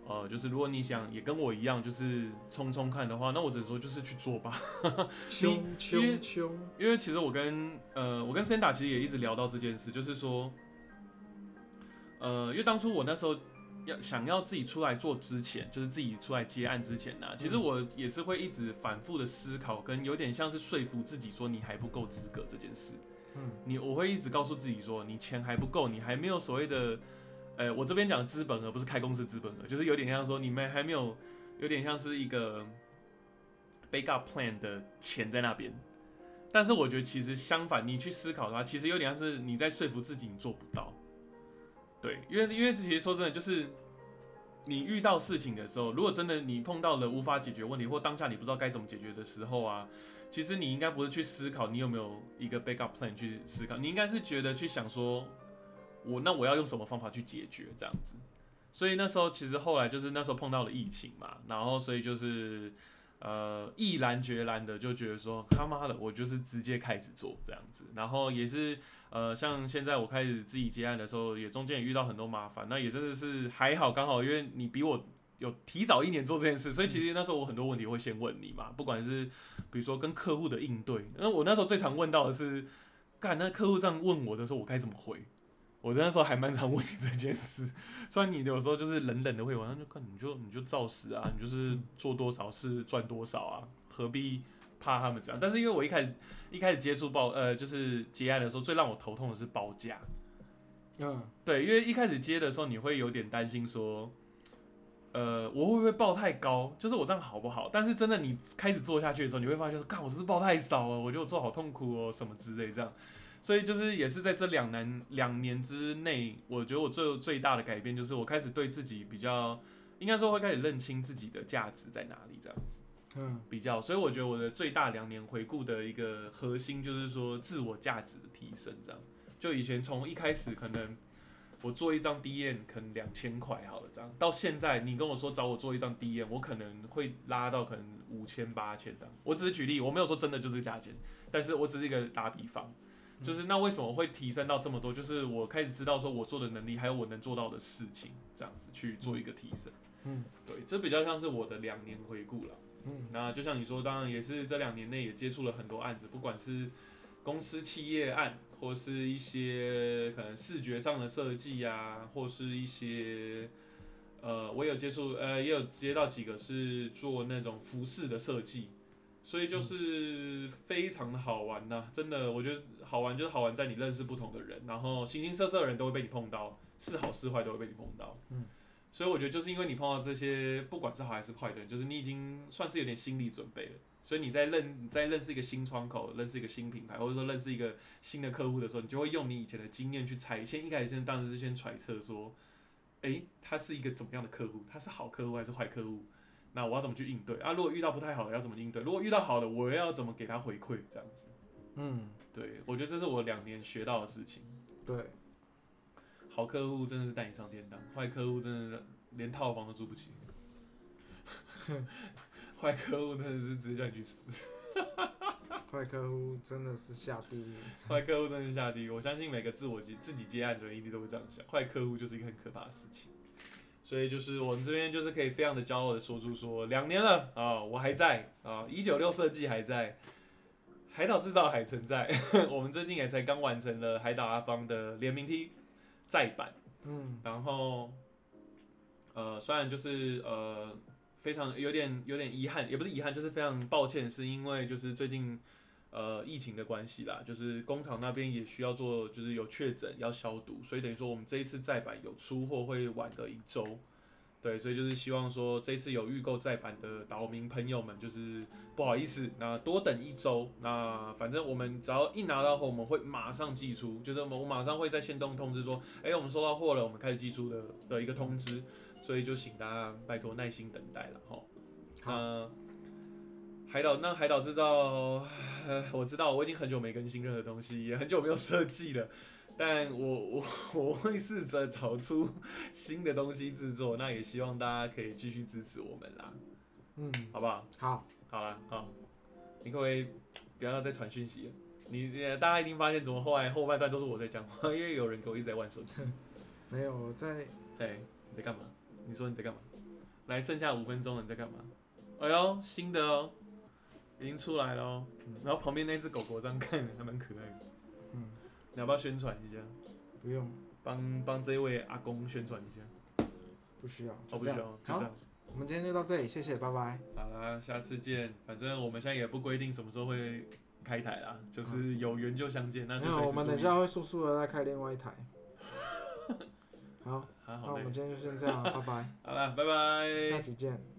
[SPEAKER 1] 呃，就是如果你想也跟我一样，就是冲冲看的话，那我只能说就是去做吧。
[SPEAKER 3] 凶凶凶，
[SPEAKER 1] 因为其实我跟呃，我跟 Senda 其实也一直聊到这件事，就是说，呃，因为当初我那时候要想要自己出来做之前，就是自己出来接案之前呢、其实我也是会一直反复的思考，跟有点像是说服自己说你还不够资格这件事。
[SPEAKER 3] 嗯，
[SPEAKER 1] 你我会一直告诉自己说，你钱还不够，你还没有所谓的，呃，我这边讲的资本额不是开公司资本额，就是有点像说你们还没有，有点像是一个 backup plan 的钱在那边。但是我觉得其实相反，你去思考的话，其实有点像是你在说服自己你做不到。对，因为因为其实说真的，就是你遇到事情的时候，如果真的你碰到了无法解决问题，或当下你不知道该怎么解决的时候啊，其实你应该不是去思考你有没有一个 backup plan 去思考，你应该是觉得去想说，我那我要用什么方法去解决这样子。所以那时候其实后来就是那时候碰到了疫情嘛，然后所以就是呃毅然决然的就觉得说他妈的我就是直接开始做这样子，然后也是呃像现在我开始自己接案的时候，也中间也遇到很多麻烦，那也真的是还好刚好因为你比我。有提早一年做这件事，所以其实那时候我很多问题会先问你嘛，不管是比如说跟客户的应对，那我那时候最常问到的是，干那客户这样问我的时候，我该怎么回？我那时候还蛮常问你这件事， 虽然你有时候就是冷冷的会玩，那就看你就你就照实啊，你就是做多少事赚多少啊，何必怕他们这样？但是因为我一开始一开始接触报呃就是接案的时候，最让我头痛的是报价，
[SPEAKER 3] 嗯，
[SPEAKER 1] 对，因为一开始接的时候，你会有点担心说，呃，我会不会报太高？就是我这样好不好？但是真的你开始做下去的时候，你会发现说，看我是不是报太少了，我觉得我做好痛苦哦，什么之类这样。所以就是也是在这两年两年之内，我觉得我最最大的改变就是我开始对自己比较，应该说会开始认清自己的价值在哪里这样子
[SPEAKER 3] 嗯，
[SPEAKER 1] 比较。所以我觉得我的最大两年回顾的一个核心就是说自我价值的提升这样。就以前从一开始可能我做一张 D N 可能两千块好了，这样到现在你跟我说找我做一张 D N，我可能会拉到可能五千八千这样。我只是举例，我没有说真的就是价钱，但是我只是一个打比方，就是那为什么会提升到这么多？就是我开始知道说我做的能力还有我能做到的事情，这样子去做一个提升。
[SPEAKER 3] 嗯，
[SPEAKER 1] 对，这比较像是我的两年回顾了。
[SPEAKER 3] 嗯，
[SPEAKER 1] 那就像你说，当然也是这两年内也接触了很多案子，不管是公司企业案，或是一些可能视觉上的设计啊，或是一些呃，我有接触，呃，也有接到几个是做那种服饰的设计，所以就是非常的好玩呐、真的，我觉得好玩就是好玩在你认识不同的人，然后形形色色的人都会被你碰到，是好是坏都会被你碰到。
[SPEAKER 3] 嗯，
[SPEAKER 1] 所以我觉得就是因为你碰到这些，不管是好还是坏的人，就是你已经算是有点心理准备了。所以你在认你在认识一个新窗口、认识一个新品牌，或者说认识一个新的客户的时候，你就会用你以前的经验去猜。先一开始先当然是先揣测说，诶、他是一个怎么样的客户？他是好客户还是坏客户？那我要怎么去应对啊？如果遇到不太好的，要怎么应对？如果遇到好的，我要怎么给他回馈？这样子，
[SPEAKER 3] 嗯，
[SPEAKER 1] 对我觉得这是我两年学到的事情。
[SPEAKER 3] 对，
[SPEAKER 1] 好客户真的是带你上天堂，坏客户真的连套房都住不起。坏客户真的是直接叫你去死，
[SPEAKER 3] 坏客户真的是下地狱。
[SPEAKER 1] 坏客户真的是下地狱。我相信每个自我接自己接案的人一定都会这样想，坏客户就是一个很可怕的事情。所以就是我们这边就是可以非常的骄傲的说出说，两年了啊、我还在啊，一九六设计还在，海岛制造还存在。 我们最近也才刚完成了海岛阿方的联名 T 再版。
[SPEAKER 3] 嗯，
[SPEAKER 1] 然后，呃，虽然就是呃，非常有点有点遗憾，也不是遗憾，就是非常抱歉，是因为就是最近呃疫情的关系啦，就是工厂那边也需要做，就是有确诊要消毒，所以等于说我们这一次再版有出货会晚个一周。对，所以就是希望说这次有预购再版的岛民朋友们，就是不好意思，那多等一周。那反正我们只要一拿到后，我们会马上寄出，就是我们我马上会在线动通知说，哎、我们收到货了，我们开始寄出的的一个通知，所以就请大家拜托耐心等待了哈。
[SPEAKER 3] 好，
[SPEAKER 1] 那海岛，那海岛制造、呃我知道我已经很久没更新任何东西，也很久没有设计了，但我我我会试着找出新的东西制作，那也希望大家可以继续支持我们啦，
[SPEAKER 3] 嗯，
[SPEAKER 1] 好不好？
[SPEAKER 3] 好，
[SPEAKER 1] 好了，好，你可不可以不要再传讯息了？你你大家一定发现，怎么后来后半段都是我在讲话，因为有人给我一直在玩手机。
[SPEAKER 3] 没有我在
[SPEAKER 1] 哎，你在干嘛？你说你在干嘛？来，剩下五分钟了，你在干嘛？哎呦，新的哦，已经出来了哦。然后旁边那只狗狗这样看，还蛮可爱的。
[SPEAKER 3] 嗯，
[SPEAKER 1] 你要不要宣传一下？
[SPEAKER 3] 不用，
[SPEAKER 1] 帮帮这位阿公宣传一下？
[SPEAKER 3] 不需要，
[SPEAKER 1] 哦，
[SPEAKER 3] 就
[SPEAKER 1] 不
[SPEAKER 3] 这
[SPEAKER 1] 需要，
[SPEAKER 3] 样。
[SPEAKER 1] 就这
[SPEAKER 3] 好，
[SPEAKER 1] 样。
[SPEAKER 3] 我们今天就到这里，谢谢，拜拜。
[SPEAKER 1] 好啦，下次见。反正我们现在也不规定什么时候会开台啦，就是有缘就相见，那就
[SPEAKER 3] 没
[SPEAKER 1] 随
[SPEAKER 3] 有，
[SPEAKER 1] 时
[SPEAKER 3] 我们
[SPEAKER 1] 注
[SPEAKER 3] 等一
[SPEAKER 1] 意
[SPEAKER 3] 下会速速的再开另外 一台。好，
[SPEAKER 1] 啊，
[SPEAKER 3] 那
[SPEAKER 1] 好
[SPEAKER 3] 我
[SPEAKER 1] 嘞
[SPEAKER 3] 们，今天就先这样了，拜拜，
[SPEAKER 1] 好啦，拜
[SPEAKER 3] 下
[SPEAKER 1] 拜。
[SPEAKER 3] 集见。